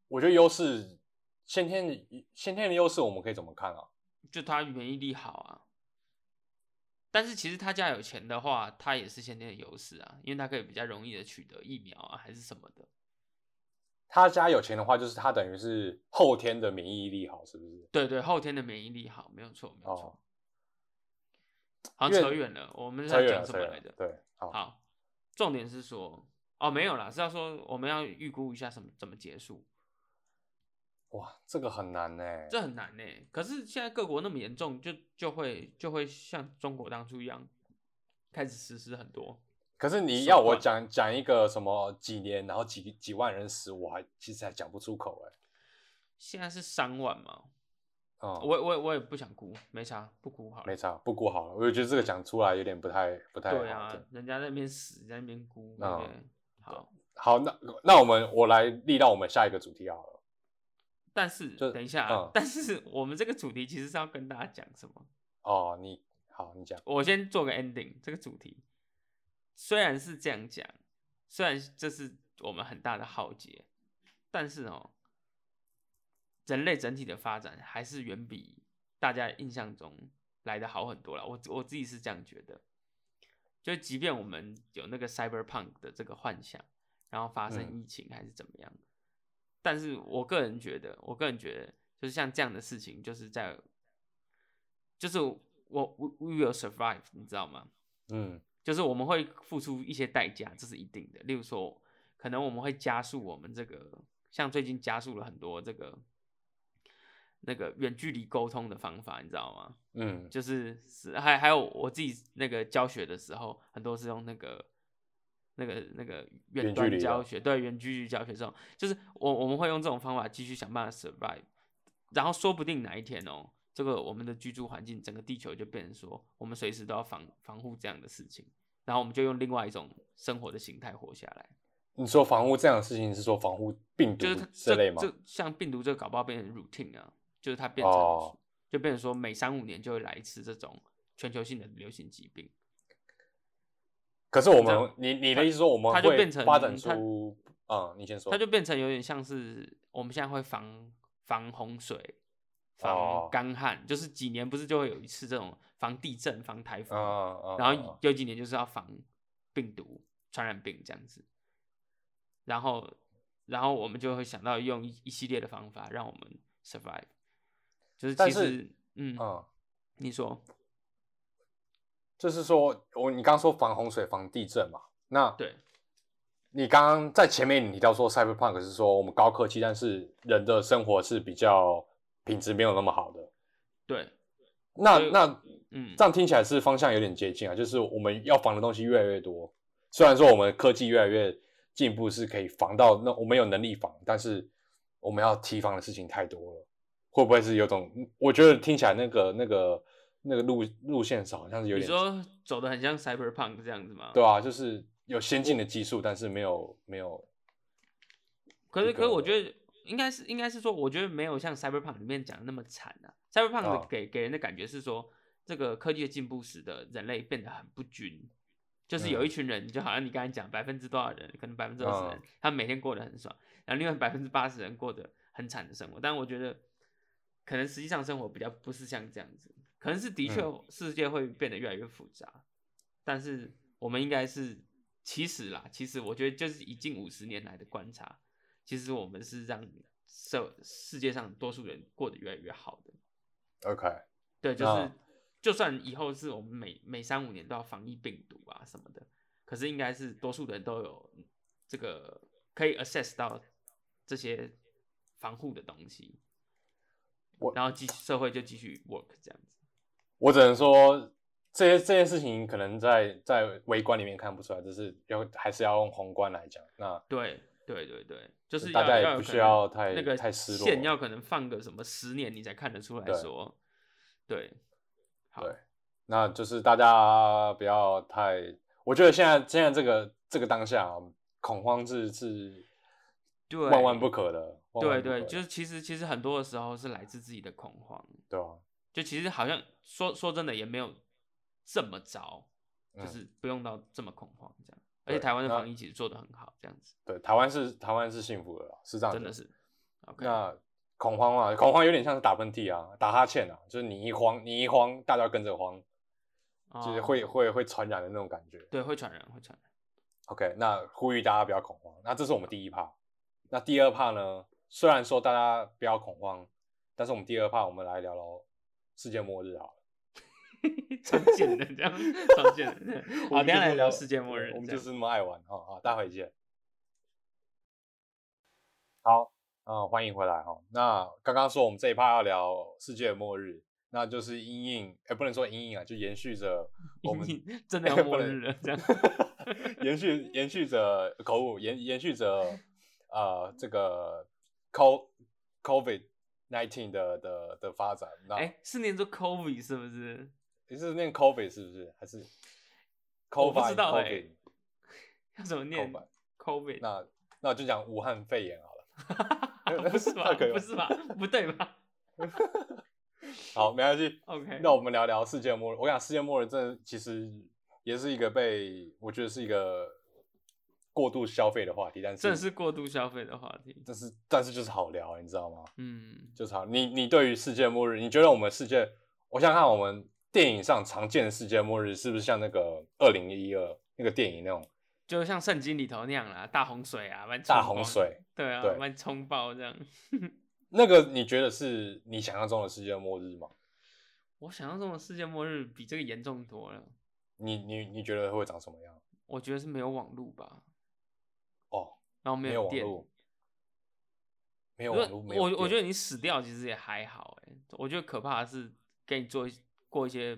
Speaker 2: 我觉得优势，先天的先天的优势我们可以怎么看啊？
Speaker 1: 就他免疫力好啊。但是其实他家有钱的话，他也是先天的优势啊，因为他可以比较容易的取得疫苗啊，还是什么的。
Speaker 2: 他家有钱的话，就是他等于是后天的免疫力好，是不是？
Speaker 1: 对对，后天的免疫力好，没有错，没有错。
Speaker 2: 哦
Speaker 1: 好，
Speaker 2: 因为
Speaker 1: 扯远了，我们是
Speaker 2: 扯
Speaker 1: 在
Speaker 2: 远
Speaker 1: 讲
Speaker 2: 了，
Speaker 1: 什
Speaker 2: 扯
Speaker 1: 么
Speaker 2: 远
Speaker 1: 来
Speaker 2: 了
Speaker 1: 着。？
Speaker 2: 对，好，
Speaker 1: 好，重点是说，哦，没有啦，是要说我们要预估一下什么怎么结束，
Speaker 2: 哇，这个很难呢、
Speaker 1: 这很难呢、可是现在各国那么严重，就就会就会像中国当初一样，开始实施很多。
Speaker 2: 可是你
Speaker 1: 手
Speaker 2: 要我
Speaker 1: 段
Speaker 2: 讲讲一个什么几年，然后几几万人死，我还其实还讲不出口哎、
Speaker 1: 现在是三万嘛，
Speaker 2: 啊、嗯，
Speaker 1: 我我我也不想估，没啥，不估好了
Speaker 2: 没。差，不过好了，我就觉得这个讲出来有点不太不太好。
Speaker 1: 对啊，人家在那边死，在那边估，对不
Speaker 2: 嗯
Speaker 1: 对？好，
Speaker 2: 好，那那我们我来立到我们下一个主题好了。
Speaker 1: 但是
Speaker 2: 就
Speaker 1: 等一下啊，
Speaker 2: 嗯
Speaker 1: 但是我们这个主题其实是要跟大家讲什么？
Speaker 2: 哦，你好，你讲。
Speaker 1: 我先做个 ending，这个主题虽然是这样讲，虽然这是我们很大的浩劫，但是哦，人类整体的发展还是远比大家印象中来的好很多了。我我自己是这样觉得，就即便我们有那个 cyberpunk 的这个幻想，然后发生
Speaker 2: 嗯
Speaker 1: 疫情还是怎么样，但是我个人觉得，我个人觉得就是像这样的事情，就是在就是我 we we will survive，你知道吗？
Speaker 2: 嗯
Speaker 1: 就是我们会付出一些代价，这是一定的。例如说，可能我们会加速我们这个，像最近加速了很多这个那个远距离沟通的方法，你知道吗？
Speaker 2: 嗯，
Speaker 1: 就是是还还有我自己那个教学的时候，很多是用那个那个那个远
Speaker 2: 远距
Speaker 1: 端
Speaker 2: 离的
Speaker 1: 教学，对远距离教学这种，就是我我们会用这种方法继续想办法 survive，然后说不定哪一天哦，这个我们的居住环境，整个地球就变成说，我们随时都要防防护这样的事情，然后我们就用另外一种生活的形态活下来，
Speaker 2: 你说防护这样的事情是说防护病毒
Speaker 1: 就是它
Speaker 2: 之
Speaker 1: 这
Speaker 2: 类吗？
Speaker 1: 这像病毒这个搞不好变成 routine 啊，就是它变成、
Speaker 2: 哦
Speaker 1: 就变成说每三五年就会来一次这种全球性的流行疾病。
Speaker 2: 可是我
Speaker 1: 这
Speaker 2: 们
Speaker 1: 样，
Speaker 2: 你你的意思说我们
Speaker 1: 它就
Speaker 2: 会
Speaker 1: 变成
Speaker 2: 发展
Speaker 1: 它
Speaker 2: 出，嗯，你先说，
Speaker 1: 它就变成有点像是我们现在会防防洪水、防
Speaker 2: 哦
Speaker 1: 干旱，就是几年不是就会有一次这种防地震、防台风，
Speaker 2: 嗯嗯，
Speaker 1: 然
Speaker 2: 嗯
Speaker 1: 后有几年就是要防病毒、传染病这样子。然后，然后我们就会想到用一一系列的方法让我们 survive，就是
Speaker 2: 但
Speaker 1: 其
Speaker 2: 是
Speaker 1: 实，嗯，
Speaker 2: 嗯，
Speaker 1: 你说
Speaker 2: 就是说我你刚刚说防洪水、防地震嘛，那
Speaker 1: 对，
Speaker 2: 你刚刚在前面你提到说 cyberpunk 是说我们高科技，但是人的生活是比较品质没有那么好的，
Speaker 1: 对，
Speaker 2: 那
Speaker 1: 所以
Speaker 2: 那
Speaker 1: 嗯
Speaker 2: 这，样听起来是方向有点接近啊，就是我们要防的东西越来越多。虽然说我们科技越来越进步，是可以防到那我们有能力防，但是我们要提防的事情太多了，会不会是有种？我觉得听起来那个那个那个路路线上好像是有
Speaker 1: 你
Speaker 2: 点，
Speaker 1: 说走的很像 cyberpunk 这样子吗？
Speaker 2: 对啊，就是有先进的技术，但是没有没有，
Speaker 1: 可是，
Speaker 2: 一
Speaker 1: 可是我
Speaker 2: 个
Speaker 1: 觉得应该是应该是说，我觉得没有像 Cyberpunk 里面讲的那么惨啊。Cyberpunk 的
Speaker 2: 啊
Speaker 1: 给、给人的感觉是说，这个科技的进步使得人类变得很不均，就是有一
Speaker 2: 嗯
Speaker 1: 群人，就好像你刚才讲百分之多少人，可能百分之二十
Speaker 2: 啊
Speaker 1: 人，他们每天过得很爽，然后另外百分之八十人过得很惨的生活。但我觉得，可能实际上生活比较不是像这样子，可能是的确世界会变得越来越复杂，但是我们应该是。其实啦，其实我觉得就是以近五十年来的观察，其实我们是让社世界上多数人过得越来越好的。
Speaker 2: OK，
Speaker 1: 对，就是、
Speaker 2: 啊
Speaker 1: 就算以后是我们每每三五年都要防疫病毒啊什么的，可是应该是多数人都有这个可以 access 到这些防护的东西
Speaker 2: 我，
Speaker 1: 然后继社会就继续 work 这样子。
Speaker 2: 我只能说，这些这件事情可能在在微观里面看不出来，就是要还是要用宏观来讲。那
Speaker 1: 对对对对，就是
Speaker 2: 大
Speaker 1: 要
Speaker 2: 家也
Speaker 1: 要有
Speaker 2: 不
Speaker 1: 可
Speaker 2: 需
Speaker 1: 能
Speaker 2: 要太
Speaker 1: 那个
Speaker 2: 太失落
Speaker 1: 线要可能放个什么十年你才看得出来
Speaker 2: 对
Speaker 1: 说，对，好，
Speaker 2: 对那就是大家不要太，我觉得现在现在这个这个当下啊、恐慌是是
Speaker 1: 对
Speaker 2: 万万不可的，万
Speaker 1: 对
Speaker 2: 万不可
Speaker 1: 对，
Speaker 2: 的
Speaker 1: 就是其实其实很多的时候是来自自己的恐慌，
Speaker 2: 对啊，
Speaker 1: 就其实好像说说真的也没有这么糟，就
Speaker 2: 嗯
Speaker 1: 是不用到这么恐慌这样。而且
Speaker 2: 对
Speaker 1: 台湾的
Speaker 2: 那
Speaker 1: 防疫其实做的很好，这样子
Speaker 2: 对，台湾是台湾是幸福的啦，是这样子，
Speaker 1: 真的是 OK。
Speaker 2: 啊那恐慌啊，恐慌有点像是打喷嚏啊，打哈欠啊，就是你一慌，你一慌，大家跟着慌，就是
Speaker 1: 哦
Speaker 2: 会、会会传染的那种感觉。
Speaker 1: 对会传染会传染，
Speaker 2: OK，那呼吁大家不要恐慌。那这是我们第一趴。那第二趴呢？虽然说大家不要恐慌，但是我们第二趴我们来聊聊世界末日好了。
Speaker 1: 常见的这样常见的。
Speaker 2: 我
Speaker 1: 好，
Speaker 2: 们
Speaker 1: 等一
Speaker 2: 就
Speaker 1: 下来
Speaker 2: 是
Speaker 1: 聊
Speaker 2: 那么
Speaker 1: 世界末日
Speaker 2: 我们
Speaker 1: 这
Speaker 2: 就
Speaker 1: 样。
Speaker 2: 是那么爱玩哈、哦、啊！待会见。好，啊、欢迎回来哈、那刚刚说我们这一趴要聊世界末日，那就是阴影，哎，不能说阴影啊，就延续着我 们
Speaker 1: 真的要
Speaker 2: 不
Speaker 1: 末
Speaker 2: 能
Speaker 1: 日了，这样
Speaker 2: 延续延续着口误，延延续着呃这个 co covid nineteen 的的的发展。那、
Speaker 1: 哎，是念作 COVID 是不是？
Speaker 2: 你是念 covid 是不是？还是 covid？
Speaker 1: 我不知道哎
Speaker 2: COVID
Speaker 1: 要怎么念
Speaker 2: Covid
Speaker 1: COVID？
Speaker 2: 那那我就讲武汉肺炎好了。
Speaker 1: 啊不是吧？
Speaker 2: 那可以
Speaker 1: 不
Speaker 2: 吗
Speaker 1: 是吧？不对吧
Speaker 2: 好，没关系。
Speaker 1: ？OK，
Speaker 2: 那我们聊聊世界末日。我想世界末日真的其实也是一个被我觉得是一个过度消费的话题，但是
Speaker 1: 真的是过度消费的话题。
Speaker 2: 但是但是就是好聊，你知道吗？
Speaker 1: 嗯，
Speaker 2: 就是好。你你对于世界末日，你觉得我们世界，我想想看，我们电影上常见的世界末日是不是像那个二零一二那个电影那种
Speaker 1: 就像圣经里头那样啦，大洪水啊，把你
Speaker 2: 大
Speaker 1: 冲
Speaker 2: 洪
Speaker 1: 光，
Speaker 2: 水？
Speaker 1: 对啊，
Speaker 2: 对
Speaker 1: 把你冲爆这样。
Speaker 2: 那个你觉得是你想象中的世界末日吗？
Speaker 1: 我想象中的世界末日比这个严重多了，
Speaker 2: 你你你觉得会长什么样？
Speaker 1: 我觉得是没有网路吧，
Speaker 2: 哦，
Speaker 1: 然后没
Speaker 2: 没有网
Speaker 1: 电。
Speaker 2: 络，没有
Speaker 1: 如果
Speaker 2: 网络，没有
Speaker 1: 我我觉得
Speaker 2: 电嗯
Speaker 1: 你死掉其实也还好、欸，我觉得可怕的是给你做一过一些，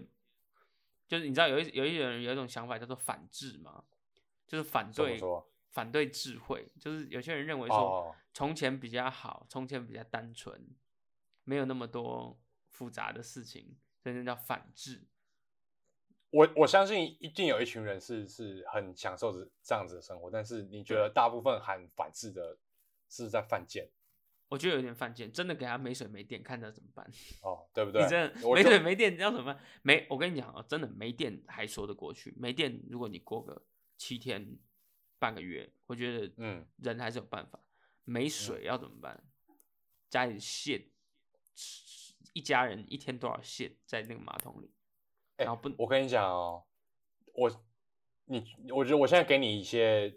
Speaker 1: 就是你知道有一有一些人有一种想法叫做反智嘛，就是反
Speaker 2: 怎么
Speaker 1: 对
Speaker 2: 说
Speaker 1: 反对智慧，就是有些人认为
Speaker 2: 哦
Speaker 1: 说从前比较好，从前比较单纯，没有那么多复杂的事情，所以那叫反智。
Speaker 2: 我我相信一定有一群人是是很享受着这样子的生活，但是你觉得大部分喊反制的是在犯贱
Speaker 1: 我觉得有点犯贱，真的给他没水没电，看他怎么办。
Speaker 2: 哦，对不对？
Speaker 1: 你真的
Speaker 2: 我
Speaker 1: 没
Speaker 2: 就
Speaker 1: 水没电，你要怎么办？没，我跟你讲啊，真的没电还说得过去，没电如果你过个七天、半个月，我觉得
Speaker 2: 嗯
Speaker 1: 人还是有办法。没水要怎么办？家里线，一家人一天多少线在那个马桶里？
Speaker 2: 哎
Speaker 1: 然后不
Speaker 2: 我跟你讲哦，我你我觉得我现在给你一些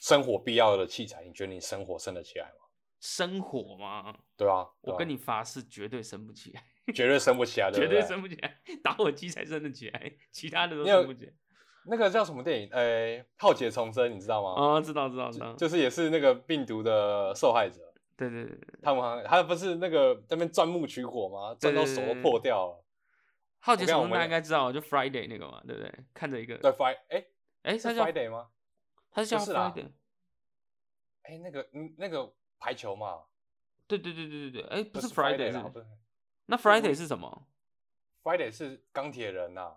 Speaker 2: 生活必要的器材，你觉得你生活生得起来吗？
Speaker 1: 生火吗？
Speaker 2: 对啊，对
Speaker 1: 我
Speaker 2: 啊
Speaker 1: 跟你发誓，绝对生不起来，
Speaker 2: 绝对生不起来，对
Speaker 1: 绝
Speaker 2: 不
Speaker 1: 对生不起来，打火机才生得起来，其他的都
Speaker 2: 你有
Speaker 1: 生不起来。
Speaker 2: 那个叫什么电影？呃，《浩劫重生》，你知道吗？
Speaker 1: 哦，知道知道知道，
Speaker 2: 就是也是那个病毒的受害者，
Speaker 1: 对对对，对
Speaker 2: 他们好像他不是那个在那边钻木取火吗？
Speaker 1: 对
Speaker 2: 钻到
Speaker 1: 对
Speaker 2: 手
Speaker 1: 对
Speaker 2: 都
Speaker 1: 对
Speaker 2: 破掉了。
Speaker 1: 浩劫
Speaker 2: 我跟你
Speaker 1: 重
Speaker 2: 讲我
Speaker 1: 生大
Speaker 2: 们
Speaker 1: 家
Speaker 2: 俩
Speaker 1: 应该知道，啊就 Friday 那个嘛，对不对？看着一个，
Speaker 2: 对，Friday，哎、
Speaker 1: 哎，
Speaker 2: 是
Speaker 1: 他叫
Speaker 2: Friday 吗？
Speaker 1: 他是叫
Speaker 2: 不是啦
Speaker 1: Friday，
Speaker 2: 哎、那个嗯那个排球嘛，
Speaker 1: 对对对对对对，哎，不是
Speaker 2: Friday
Speaker 1: Friday
Speaker 2: 啦，不
Speaker 1: 是？
Speaker 2: 是
Speaker 1: 那 Friday 是什么？
Speaker 2: Friday 是钢铁人呐、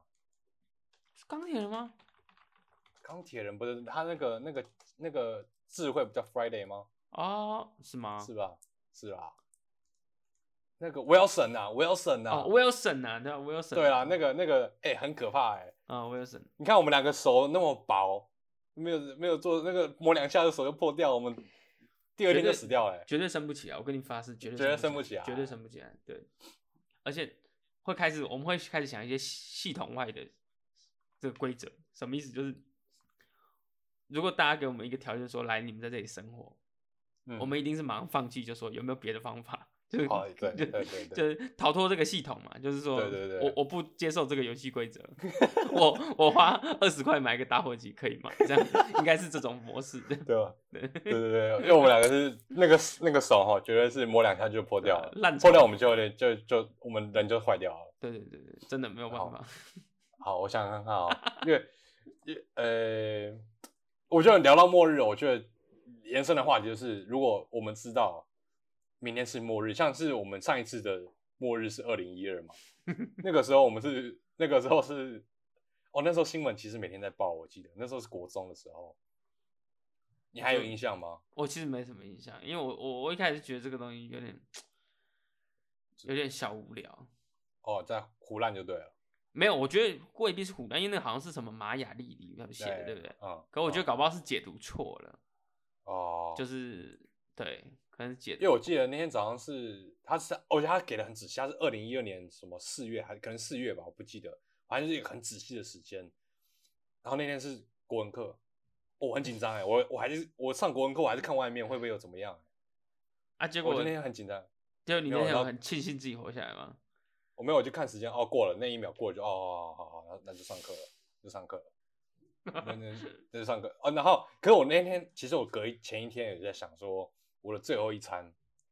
Speaker 1: 是钢铁人吗？
Speaker 2: 钢铁人不是他那个那个那个智慧不叫 Friday 吗？
Speaker 1: 哦，是吗？
Speaker 2: 是吧？是啦，那个 Wilson 啊，Wilson 啊，
Speaker 1: 哦，Wilson 啊，对啊，Wilson。
Speaker 2: 对啦，那
Speaker 1: 个
Speaker 2: 个那个哎、很可怕哎、
Speaker 1: 啊，Wilson。
Speaker 2: 你看我们两个手那么薄，没有没有做那个磨两下的手就破掉，我们第二天就死掉了、欸。
Speaker 1: 绝对生不起来，啊我跟你发誓，绝对
Speaker 2: 绝对
Speaker 1: 生
Speaker 2: 生不起啊来
Speaker 1: 绝对生不起来。对，而且会开始，我们会开始想一些系统外的这个规则，什么意思？就是如果大家给我们一个条件说，来，你们在这里生活，
Speaker 2: 嗯
Speaker 1: 我们一定是马上放弃，就说有没有别的方法？ 就是、
Speaker 2: 哦对对对对
Speaker 1: 就是逃脱这个系统嘛，就是说，
Speaker 2: 对对对
Speaker 1: 我我不接受这个游戏规则， 我我花二十块买一个打火机可以吗？这样应该是这种模式。对
Speaker 2: 对吧？
Speaker 1: 对
Speaker 2: 对对对，因为我们两个是那个那个手哈，绝对是磨两下就破掉了，
Speaker 1: 烂
Speaker 2: 破
Speaker 1: 透
Speaker 2: 掉我们就有点就就我们人就坏掉了。
Speaker 1: 对对对，对真的没有办
Speaker 2: 好
Speaker 1: 法。
Speaker 2: 好，我想想看啊、因为因呃，我觉得聊到末日，我觉得延伸的话题就是，如果我们知道明天是末日，像是我们上一次的末日是二零 一二嘛，那个时候我们是那个时候是，哦，那时候新闻其实每天在报，我记得那时候是国中的时候，你还有印象吗？
Speaker 1: 我其实没什么印象，因为我我我一开始觉得这个东西有点有点小无聊。
Speaker 2: 哦，在胡乱就对了，
Speaker 1: 没有，我觉得未必是虎蛋，因为那个好像是什么玛雅历里面写的，对不对？
Speaker 2: 嗯，
Speaker 1: 可我觉得
Speaker 2: 嗯
Speaker 1: 搞不好是解读错了，
Speaker 2: 哦，
Speaker 1: 就是对，可能是解
Speaker 2: 因为
Speaker 1: 读
Speaker 2: 我记得那天早上是，他是，我觉得他给的很仔细，他是二零一二年什么四月，还可能四月吧，我不记得，反正是一个很仔细的时间。然后那天是国文课，我很紧张哎，我我还是我上国文课，我还是看外面会不会有怎么样、
Speaker 1: 啊。结
Speaker 2: 我
Speaker 1: 果
Speaker 2: 那天很紧张，
Speaker 1: 结果你
Speaker 2: 没
Speaker 1: 那
Speaker 2: 有
Speaker 1: 天
Speaker 2: 然
Speaker 1: 有
Speaker 2: 后
Speaker 1: 很庆幸自己活下来吗？
Speaker 2: 我没有，我就看时间，哦，过了那一秒过了就，哦，哦好好，那那就上课了，就上课了。那 那那就上课哦，然后，可是我那天其实我隔一前一天也在想说，我的最后一餐，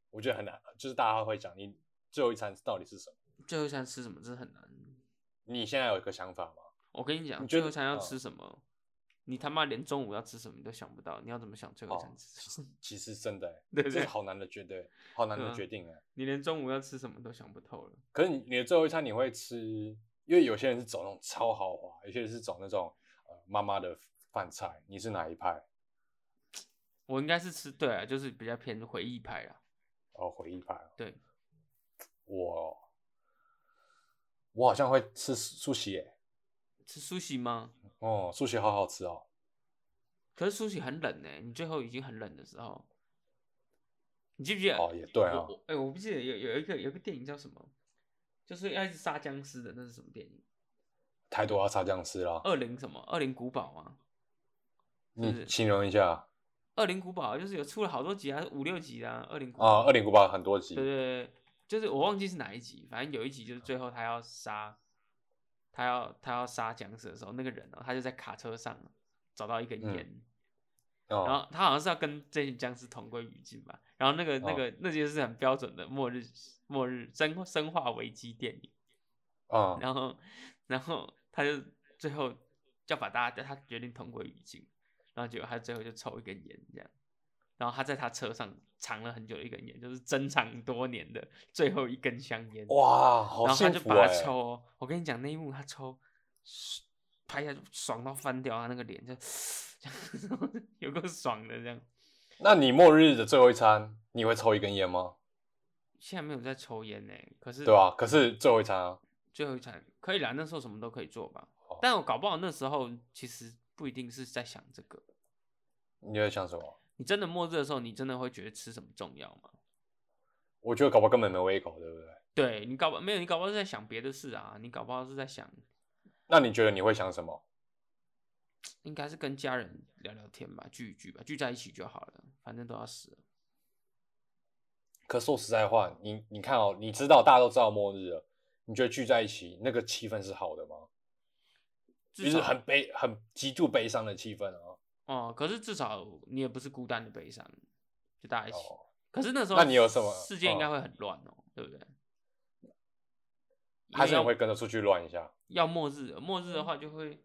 Speaker 2: 我觉得很难，就是大家会讲你最后一餐到底是什么？
Speaker 1: 最后想吃什么，真的很难。
Speaker 2: 你现在有一个想法吗？
Speaker 1: 我跟你讲，
Speaker 2: 你觉
Speaker 1: 最
Speaker 2: 得
Speaker 1: 后想要
Speaker 2: 嗯
Speaker 1: 吃什么，你他妈连中午要吃什么你都想不到，你要怎么想最后
Speaker 2: 哦
Speaker 1: 想吃 什么？
Speaker 2: 其实真的、欸，
Speaker 1: 对不
Speaker 2: 这
Speaker 1: 对
Speaker 2: 是？好难的决定，好难
Speaker 1: 对
Speaker 2: 的
Speaker 1: 啊
Speaker 2: 决定哎、
Speaker 1: 你连中午要吃什么都想不透了。
Speaker 2: 可是你你的最后一餐你会吃，因为有些人是走那种超豪华，有些人是走那种呃妈妈的饭菜，你是哪一派？
Speaker 1: 我应该是吃对啊，就是比较偏回忆派啦。
Speaker 2: 哦，回忆派哦。
Speaker 1: 对，
Speaker 2: 我我好像会吃苏西耶，
Speaker 1: 吃苏西吗？
Speaker 2: 哦，苏西好好吃哦。
Speaker 1: 可是苏西很冷呢、你最后已经很冷的时候，你记不记得？
Speaker 2: 哦，也对
Speaker 1: 我
Speaker 2: 啊，
Speaker 1: 我哎、我不记得有有一个有一个电影叫什么，就是要一直杀僵尸的，那是什么电影？
Speaker 2: 台独要杀僵尸啦。
Speaker 1: 二零什么？二零古堡吗？哦就是
Speaker 2: 你形容一下
Speaker 1: 二零古堡就是有出了好多集啊，五六集啊，二零古
Speaker 2: 啊，
Speaker 1: 堡。
Speaker 2: 二零古堡很多集
Speaker 1: 对对对，就是我忘记是哪一集，反正有一集就是最后他要杀，他要他要杀僵尸的时候，那个人哦、他就在卡车上找到一根
Speaker 2: 嗯
Speaker 1: 烟。然
Speaker 2: 哦，
Speaker 1: 后他好像是要跟这群僵尸同归于尽吧。然后那个那
Speaker 2: 哦
Speaker 1: 个、那就是很标准的末日末日生生化危机电影。
Speaker 2: 嗯，
Speaker 1: 然后然后他就最后要把大家他决定同归于尽，然后结果他最后就抽一根烟这样。然后他在他车上藏了很久的一根烟，就是珍藏多年的最后一根香烟。
Speaker 2: 哇，好
Speaker 1: 然后他
Speaker 2: 幸
Speaker 1: 就
Speaker 2: 福
Speaker 1: 把它
Speaker 2: 哎、
Speaker 1: 抽、哦，我跟你讲那一幕他抽，拍下去爽到翻掉，啊他那个脸就 这样，有够爽的这样。
Speaker 2: 那你末日的最后一餐，你会抽一根烟吗？
Speaker 1: 现在没有在抽烟呢、可是
Speaker 2: 对吧、可是最后一餐啊，
Speaker 1: 最后一场可以啦，那时候什么都可以做吧。
Speaker 2: 哦
Speaker 1: 但我搞不好那时候其实不一定是在想这个。
Speaker 2: 你在想什么？
Speaker 1: 你真的末日的时候，你真的会觉得吃什么重要吗？
Speaker 2: 我觉得搞不好根本没胃口，对不对？
Speaker 1: 对你搞不好没有，你搞不好是在想别的事啊，你搞不好是在想
Speaker 2: 那你觉得你会想什么？
Speaker 1: 应该是跟家人聊聊天吧，聚一聚吧，聚在一起就好了，反正都要死了。
Speaker 2: 可说实在话，你你看哦，你知道大家都知道末日了，你觉得聚在一起那个气氛是好的吗？就
Speaker 1: 至
Speaker 2: 是
Speaker 1: 少
Speaker 2: 很悲、很极度悲伤的气氛啊。
Speaker 1: 哦、可是至少你也不是孤单的悲伤，就大家一起。
Speaker 2: 哦，
Speaker 1: 可是那时候
Speaker 2: 那你有什么
Speaker 1: 世界应该
Speaker 2: 嗯
Speaker 1: 会很乱哦、对不对？因为
Speaker 2: 还是
Speaker 1: 要
Speaker 2: 你会跟着出去乱一下？
Speaker 1: 要末日了，末日的话就会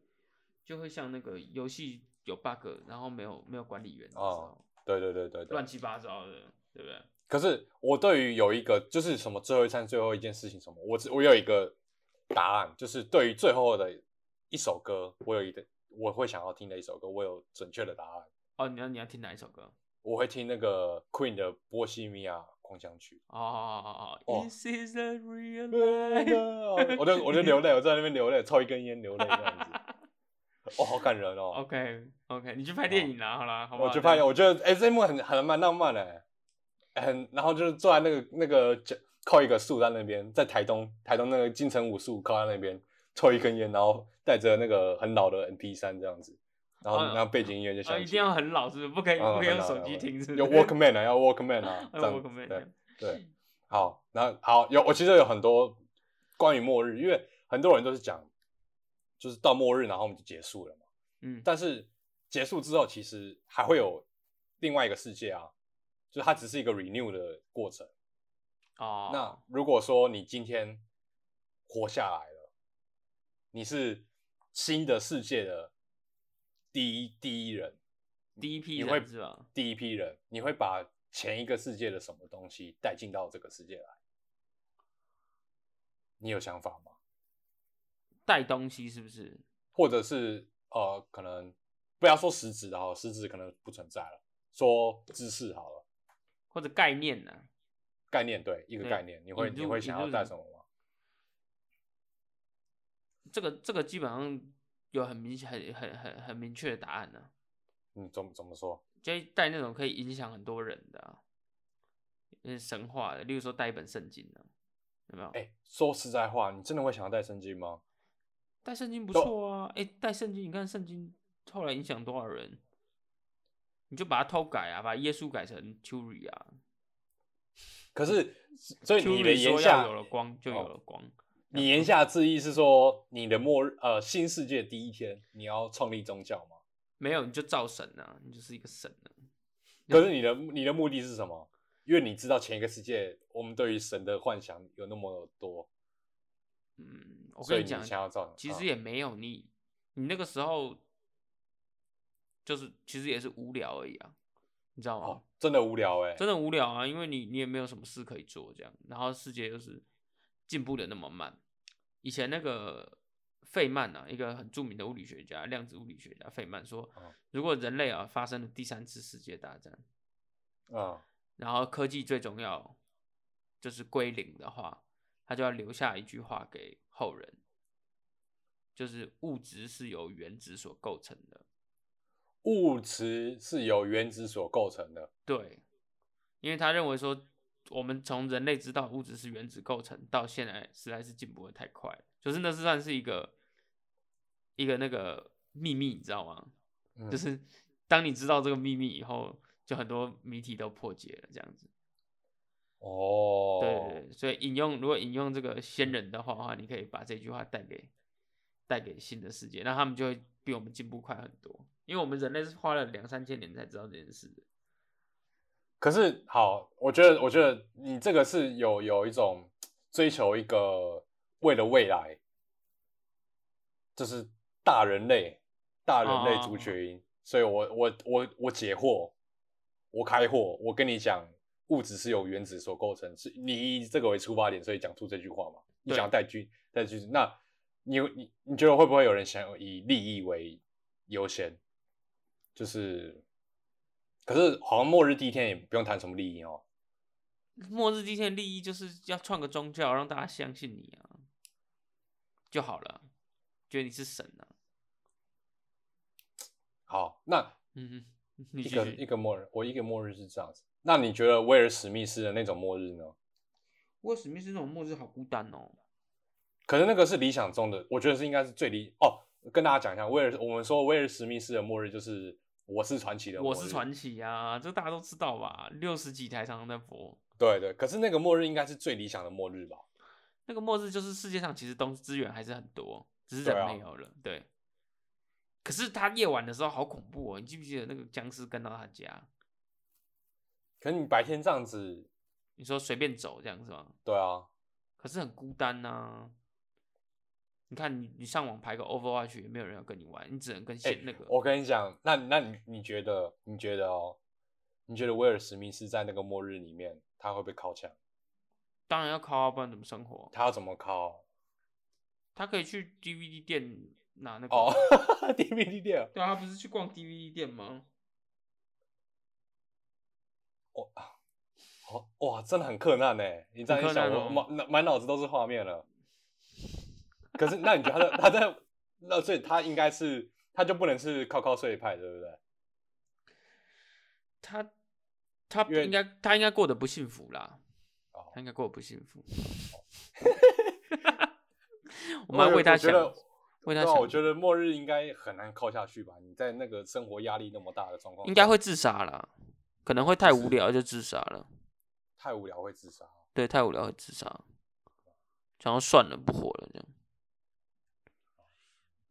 Speaker 1: 就会像那个游戏
Speaker 2: 哦
Speaker 1: 有 bug，然后没有没有管理员的时候，
Speaker 2: 对对对对对
Speaker 1: 乱。七八糟的，对不对？
Speaker 2: 可是我对于有一个就是什么最后一餐最后一件事情什么，我只我有一个答案，就是对于最后的一首歌，我有一个我会想要听的一首歌，我有准确的答案。
Speaker 1: 哦，你要你要听哪一首歌？
Speaker 2: 我会听那个 Queen 的《波西米亚狂想曲
Speaker 1: 哦哦哦
Speaker 2: 哦，
Speaker 1: 哦，This is the》real
Speaker 2: 我就我就流泪，我在那边流泪，抽一根烟流泪这样子，
Speaker 1: life。
Speaker 2: 哦，好感人哦。
Speaker 1: OK OK，你去拍电影啦，好啦，好不好？
Speaker 2: 我去拍，
Speaker 1: 这样
Speaker 2: 我觉得哎、这一幕很很蛮浪漫的、哎很然后就是坐在那个那个角靠一个树在那边，在台东台东那个金城武树靠在那边抽一根烟，然后带着那个很老的 MP 三这样子，然后
Speaker 1: 哦
Speaker 2: 那背景音乐就响
Speaker 1: 啊，
Speaker 2: 起、
Speaker 1: 一定要很老，是不是？不可以
Speaker 2: 嗯
Speaker 1: 不可以用
Speaker 2: 很老
Speaker 1: 手
Speaker 2: 很
Speaker 1: 机
Speaker 2: 老
Speaker 1: 听，是不是？
Speaker 2: 有 Walkman 啊，要 Walkman 啊，
Speaker 1: 哎
Speaker 2: 这样
Speaker 1: 我可
Speaker 2: 子
Speaker 1: 没
Speaker 2: 对
Speaker 1: 有。
Speaker 2: 对，好，然后好有我其实有很多关于末日，因为很多人都是讲就是到末日，然后我们就结束了嘛。
Speaker 1: 嗯，
Speaker 2: 但是结束之后，其实还会有另外一个世界啊，就是它只是一个 renew 的过程。
Speaker 1: 哦，
Speaker 2: 那如果说你今天活下来了，你是新的世界的第一第一人，
Speaker 1: 第一批
Speaker 2: 你会
Speaker 1: 人是吧？
Speaker 2: 第一批人，你会把前一个世界的什么东西带进到这个世界来？你有想法吗？
Speaker 1: 带东西是不是？
Speaker 2: 或者是呃，可能不要说实质的哈，实质可能不存在了，说知识好了。
Speaker 1: 或者概念呢？
Speaker 2: 概念，对一个
Speaker 1: 对
Speaker 2: 概念，你会
Speaker 1: 引
Speaker 2: 你
Speaker 1: 入
Speaker 2: 会
Speaker 1: 引
Speaker 2: 想要
Speaker 1: 入
Speaker 2: 带
Speaker 1: 人
Speaker 2: 什么吗？
Speaker 1: 这个这个基本上有很明显、很很很很明确的答案呢、
Speaker 2: 嗯，怎么怎么说？
Speaker 1: 就带那种可以影响很多人的啊、嗯，神话的，例如说带一本圣经啊，有没有？
Speaker 2: 哎、说实在话，你真的会想要带圣经吗？
Speaker 1: 带圣经不
Speaker 2: 都
Speaker 1: 错啊，哎、带圣经，你看圣经后来影响多少人？你就把它偷改啊，把耶稣改成 Turi 啊
Speaker 2: 可是，所以你的
Speaker 1: ，Turi
Speaker 2: 言
Speaker 1: 嗯说
Speaker 2: 下哦
Speaker 1: 要有了光就有了光，
Speaker 2: 你言下之意是说，你的末日呃新世界第一天，你要创立宗教吗？
Speaker 1: 没有你就造神啊，你就是一个神啊。
Speaker 2: 可是你的你的目的是什么？因为你知道前一个世界，我们对于神的幻想有那么多，
Speaker 1: 嗯，我
Speaker 2: 所
Speaker 1: 跟
Speaker 2: 以
Speaker 1: 你讲，
Speaker 2: 想要造，
Speaker 1: 其
Speaker 2: 啊
Speaker 1: 实也没有你，你那个时候就是其实也是无聊而已啊，你知道吗？
Speaker 2: 哦，真的无聊哎、
Speaker 1: 真的无聊啊，因为你你也没有什么事可以做，这样，然后世界就是进步的那么慢。以前那个费曼啊，一个很著名的物理学家，量子物理学家费曼说
Speaker 2: 哦，
Speaker 1: 如果人类啊发生了第三次世界大战，
Speaker 2: 啊、
Speaker 1: 然后科技最重要就是归零的话，他就要留下一句话给后人，就是物质是由原子所构成的，
Speaker 2: 物质是由原子所构成的，
Speaker 1: 对，因为他认为说，我们从人类知道物质是原子构成，到现在实在是进步的太快了，就是那是算是一个一个那个秘密，你知道吗？
Speaker 2: 嗯
Speaker 1: 就是当你知道这个秘密以后，就很多谜题都破解了，这样子。
Speaker 2: 哦，
Speaker 1: 对对对，所以引用如果引用这个先人的话的话，你可以把这句话带给带给新的世界，那他们就会比我们进步快很多，因为我们人类是花了两三千年才知道这件事的。
Speaker 2: 可是好，我觉得，我觉得你这个是有有一种追求一个为了未来，就是大人类、大人类族群，所以我我我我解惑，我开惑，我跟你讲，物质是由原子所构成，是你以这个为出发点，所以讲出这句话嘛？你
Speaker 1: 对
Speaker 2: 想要带句带句，那你有你你觉得会不会有人想要以利益为优先？就是，可是好像末日第一天也不用谈什么利益哦。
Speaker 1: 末日第一天的利益就是要创个宗教，让大家相信你啊，就好了，觉得你是神啊。
Speaker 2: 好，那
Speaker 1: 嗯，哼，你
Speaker 2: 一
Speaker 1: 继
Speaker 2: 个
Speaker 1: 续
Speaker 2: 一。个末日，我一个末日是这样子。那你觉得威尔史密斯的那种末日呢？
Speaker 1: 威尔史密斯那种末日好孤单哦。
Speaker 2: 可是那个是理想中的，我觉得是应该是最理哦。跟大家讲一下，威尔我们说威尔史密斯的末日就是《我是传奇》的末
Speaker 1: 我
Speaker 2: 日，
Speaker 1: 是传奇啊，这大家都知道吧？六十几台常常在播。
Speaker 2: 对对。可是那个末日应该是最理想的末日吧？
Speaker 1: 那个末日就是世界上其实东西资源还是很多，只是
Speaker 2: 对
Speaker 1: 人
Speaker 2: 啊
Speaker 1: 没有了。对,、可是他夜晚的时候好恐怖哦，你记不记得那个僵尸跟到他家？
Speaker 2: 可是你白天这样子，
Speaker 1: 你说随便走这样是吗？
Speaker 2: 对啊，
Speaker 1: 可是很孤单呐、你看你你上网排个 Overwatch 也没有人
Speaker 2: 哎
Speaker 1: 要跟你玩，你只能跟现、那个。
Speaker 2: 我跟你讲，那那你你觉得你觉得哦，你觉得威尔史密斯在那个末日里面，他会被敲墙？
Speaker 1: 当然要靠啊，不然怎么生活？
Speaker 2: 他要怎么敲？
Speaker 1: 他可以去 DVD 店拿那个。啊
Speaker 2: 哦，DVD 店
Speaker 1: 对啊，他不是去逛 DVD 店吗？
Speaker 2: 哦，哇，真的很困难呢。你这样一
Speaker 1: 很
Speaker 2: 想，
Speaker 1: 困难
Speaker 2: 我
Speaker 1: 哦
Speaker 2: 满脑满脑子都是画面了。可是，那你觉得他的他在那，所以他应该是他就不能是靠靠睡派，对不对？
Speaker 1: 他他
Speaker 2: 因为
Speaker 1: 应该他应该过得不幸福啦
Speaker 2: 哦，
Speaker 1: 他应该过得不幸福。我
Speaker 2: 我
Speaker 1: 们要为他
Speaker 2: 觉
Speaker 1: 想，
Speaker 2: 得，
Speaker 1: 为他
Speaker 2: 对
Speaker 1: 想
Speaker 2: 啊，，我觉得末日应该很难靠下去吧？你在那个生活压力那么大的状况下，
Speaker 1: 应该会自杀啦，可能会太无聊就自杀了。
Speaker 2: 太无聊会自杀。
Speaker 1: 对，太无聊会自杀，想要算了，不活了这样。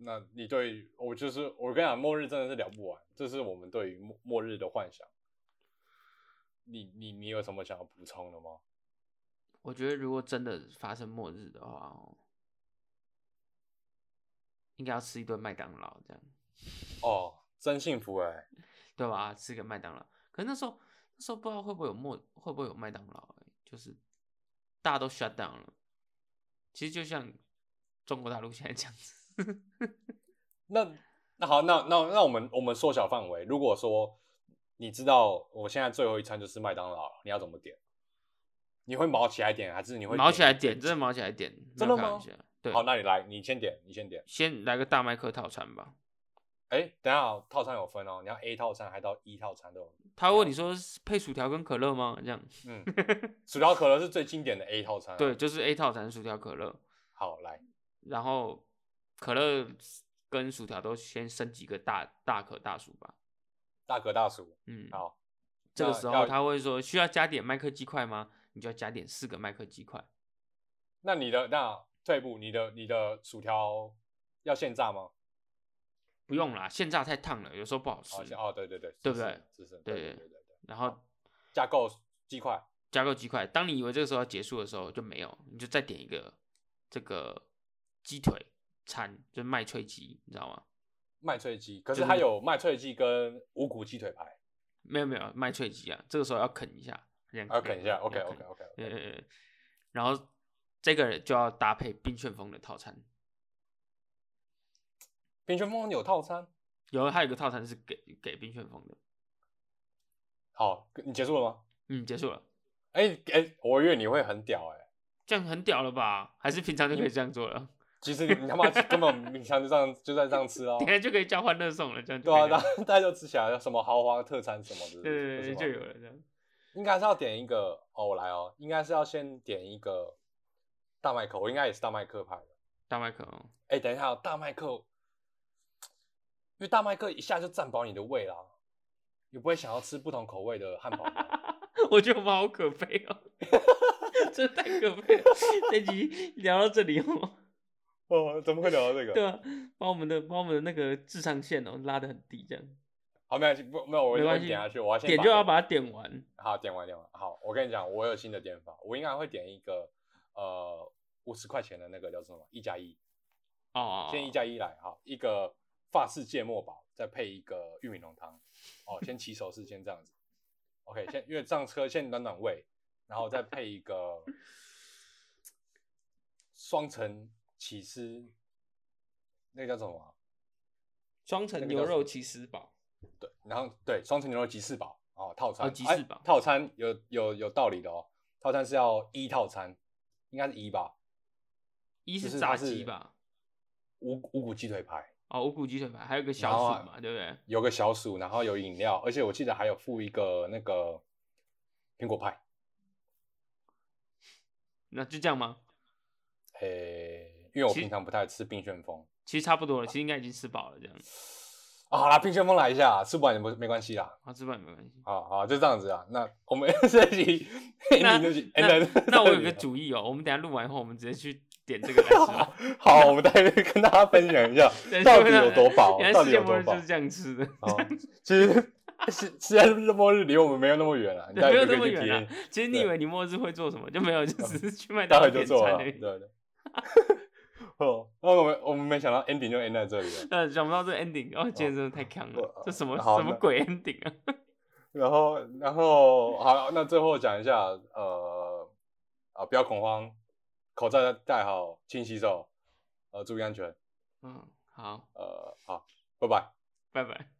Speaker 2: 那你对于我就是我跟你讲，末日真的是聊不完，这是我们对于末末日的幻想。你你你有什么想要补充的吗？
Speaker 1: 我觉得如果真的发生末日的话哦，应该要吃一顿麦当劳这样，
Speaker 2: 哦，真幸福哎、
Speaker 1: 对吧？吃个麦当劳。可是那时候那时候不知道会不会有末会不会有麦当劳、欸，就是大家都 shut down 了。其实就像中国大陆现在这样子，
Speaker 2: 那那好，那那那我们我们缩小范围，如果说你知道我现在最后一餐就是麦当劳了，你要怎么点？你会毛起来点，还是你会
Speaker 1: 毛起来点，真的毛起来点，没有
Speaker 2: 真的
Speaker 1: 开玩
Speaker 2: 吗
Speaker 1: 笑？对，
Speaker 2: 好，那你来，你先点，你先点。
Speaker 1: 先来个大麦克套餐吧。
Speaker 2: 哎、等一下哦套餐有分哦，你要 A 套餐还到 E 套 餐都有。
Speaker 1: 他问你说是配薯条跟可乐吗？这样，
Speaker 2: 嗯，薯条可乐是最经典的 A 套餐、啊
Speaker 1: 对，，就是 A 套餐薯条可乐，
Speaker 2: 好来，
Speaker 1: 然后可乐跟薯条都先升级个大大可大薯吧。
Speaker 2: 大可大薯，
Speaker 1: 嗯，
Speaker 2: 好，
Speaker 1: 这个
Speaker 2: 那
Speaker 1: 时候
Speaker 2: 要
Speaker 1: 他会说需要加点麦克鸡块吗？你就要加点四个麦克鸡块。
Speaker 2: 那你的那退一步，你的你的薯条要现炸吗？
Speaker 1: 不用啦，现炸太烫了，有时候不好吃
Speaker 2: 好，。现哦，对对对，
Speaker 1: 对
Speaker 2: 是
Speaker 1: 不对？
Speaker 2: 是是，
Speaker 1: 对
Speaker 2: 对对
Speaker 1: 对
Speaker 2: 对对对，
Speaker 1: 然后
Speaker 2: 架构鸡块，
Speaker 1: 加购鸡块，当你以为这个时候要结束的时候就没有，你就再点一个这个鸡腿餐，就是麦脆鸡，你知道吗？
Speaker 2: 麦脆鸡，可
Speaker 1: 就是是
Speaker 2: 它有麦脆鸡跟五谷鸡腿排，
Speaker 1: 没有没有麦脆鸡啊，这个时候要啃一下，两
Speaker 2: 要啃一下。
Speaker 1: 两
Speaker 2: OK
Speaker 1: 两
Speaker 2: OK OK，
Speaker 1: 呃，然后这个人就要搭配冰旋风的套餐，
Speaker 2: 冰旋风有套餐。
Speaker 1: 有还有一个套餐是给给冰旋风的。
Speaker 2: 好，你结束了吗？
Speaker 1: 嗯，结束了，
Speaker 2: 哎哎，我以为你会很屌哎，
Speaker 1: 这样很屌了吧？还是平常就可以这样做了，
Speaker 2: 其实你你他妈根本平常就这样就在这样吃哦
Speaker 1: 等。下就可以叫欢乐颂了，这样就
Speaker 2: 对啊，
Speaker 1: 可以
Speaker 2: 然
Speaker 1: 了
Speaker 2: 后大家就吃起来什么豪华特餐什么
Speaker 1: 对
Speaker 2: 的，
Speaker 1: 对
Speaker 2: 是
Speaker 1: 对，
Speaker 2: 啊吗
Speaker 1: 就有了这样。
Speaker 2: 应该是要点一个哦，我来哦，应该是要先点一个大麦克，我应该也是大麦克派的。
Speaker 1: 大麦克哦，
Speaker 2: 哎，等一下哦，大麦克，因为大麦克一下就占饱你的胃啦，你不会想要吃不同口味的汉堡吗？
Speaker 1: 我觉得我们好可悲哦， 真的太可悲了。这集聊到这里哦，
Speaker 2: 哦，怎么会聊到这个？
Speaker 1: 对啊，把我们的把我们的那个智商线哦拉得很低，这样
Speaker 2: 好，没关系，不没有，我
Speaker 1: 没
Speaker 2: 我
Speaker 1: 关
Speaker 2: 点
Speaker 1: 系
Speaker 2: 下去，我要先
Speaker 1: 点就要把它点完。
Speaker 2: 好点完点完。好，我跟你讲，我有新的点法，我应该会点一个呃五十块钱的那个叫什么一加一，
Speaker 1: 哦，
Speaker 2: 先一加一来，好，一个法式芥末堡，再配一个玉米浓汤。哦，先起手是先这样子，OK，先因为上车先暖暖胃，然后再配一个双层起司，那个叫什么啊、
Speaker 1: 双层牛肉起司堡，
Speaker 2: 对，然后对双层牛肉吉士堡哦，套餐
Speaker 1: 哦吉士堡
Speaker 2: 哎套餐有有有道理的哦，套餐是要一套餐，应该是一吧，
Speaker 1: 一
Speaker 2: 就是是
Speaker 1: 炸
Speaker 2: 它是
Speaker 1: 鸡吧？
Speaker 2: 五五谷鸡腿排，
Speaker 1: 哦，无骨鸡腿排，还有个小
Speaker 2: 然后
Speaker 1: 薯
Speaker 2: 啊
Speaker 1: 嘛，对不对？
Speaker 2: 有个小薯，然后有饮料，而且我记得还有附一个那个苹果派，
Speaker 1: 那就这样吗？
Speaker 2: 诶，因为我
Speaker 1: 其实
Speaker 2: 平常不太吃冰旋风
Speaker 1: 其实差不多了，其实应该已经吃饱了，这样
Speaker 2: 啊，好啦，冰旋风来一下，吃不完也不没关系啦，
Speaker 1: 啊，吃饱也没关系。
Speaker 2: 啊啊，就这样子啊，那我们 这集
Speaker 1: 那
Speaker 2: ending 就哎集
Speaker 1: 那
Speaker 2: ending 在
Speaker 1: 那我
Speaker 2: 这
Speaker 1: 有
Speaker 2: 里
Speaker 1: 个
Speaker 2: 了
Speaker 1: 主意哦，我们等一下录完以后，我们直接去点这个来吃吧。
Speaker 2: 好，我们再跟大家分享一下
Speaker 1: 对
Speaker 2: 到底有多饱，
Speaker 1: 原来
Speaker 2: 到
Speaker 1: 世
Speaker 2: 底
Speaker 1: 界
Speaker 2: 有
Speaker 1: 末
Speaker 2: 多
Speaker 1: 日就
Speaker 2: 饱
Speaker 1: 是。这样吃的，
Speaker 2: 哦，其实世世界末日离我们没有 那么远了，你待
Speaker 1: 没
Speaker 2: 会
Speaker 1: 有
Speaker 2: 就
Speaker 1: 那
Speaker 2: 可以
Speaker 1: 么
Speaker 2: 去体
Speaker 1: 远啊
Speaker 2: 验，。
Speaker 1: 其实你以
Speaker 2: 对
Speaker 1: 为你末日会做什么，就没有， 就只是去麦当
Speaker 2: 待
Speaker 1: 劳
Speaker 2: 会就
Speaker 1: 点
Speaker 2: 做
Speaker 1: 餐
Speaker 2: 了，
Speaker 1: 而
Speaker 2: 对
Speaker 1: 已。
Speaker 2: 对。 哦，那我们我们没想到 ending 就 end 在这里了。
Speaker 1: 呃，想不到这个 ending，哦，今天真的太强了
Speaker 2: 哦我，
Speaker 1: 这什么
Speaker 2: 好
Speaker 1: 什么
Speaker 2: 那
Speaker 1: 鬼 ending 啊？
Speaker 2: 然后，然后好，那最后讲一下，呃，啊，不要恐慌，口罩戴好，勤洗手，呃，注意安全，
Speaker 1: 嗯，好，
Speaker 2: 呃，好，拜拜。
Speaker 1: 拜拜。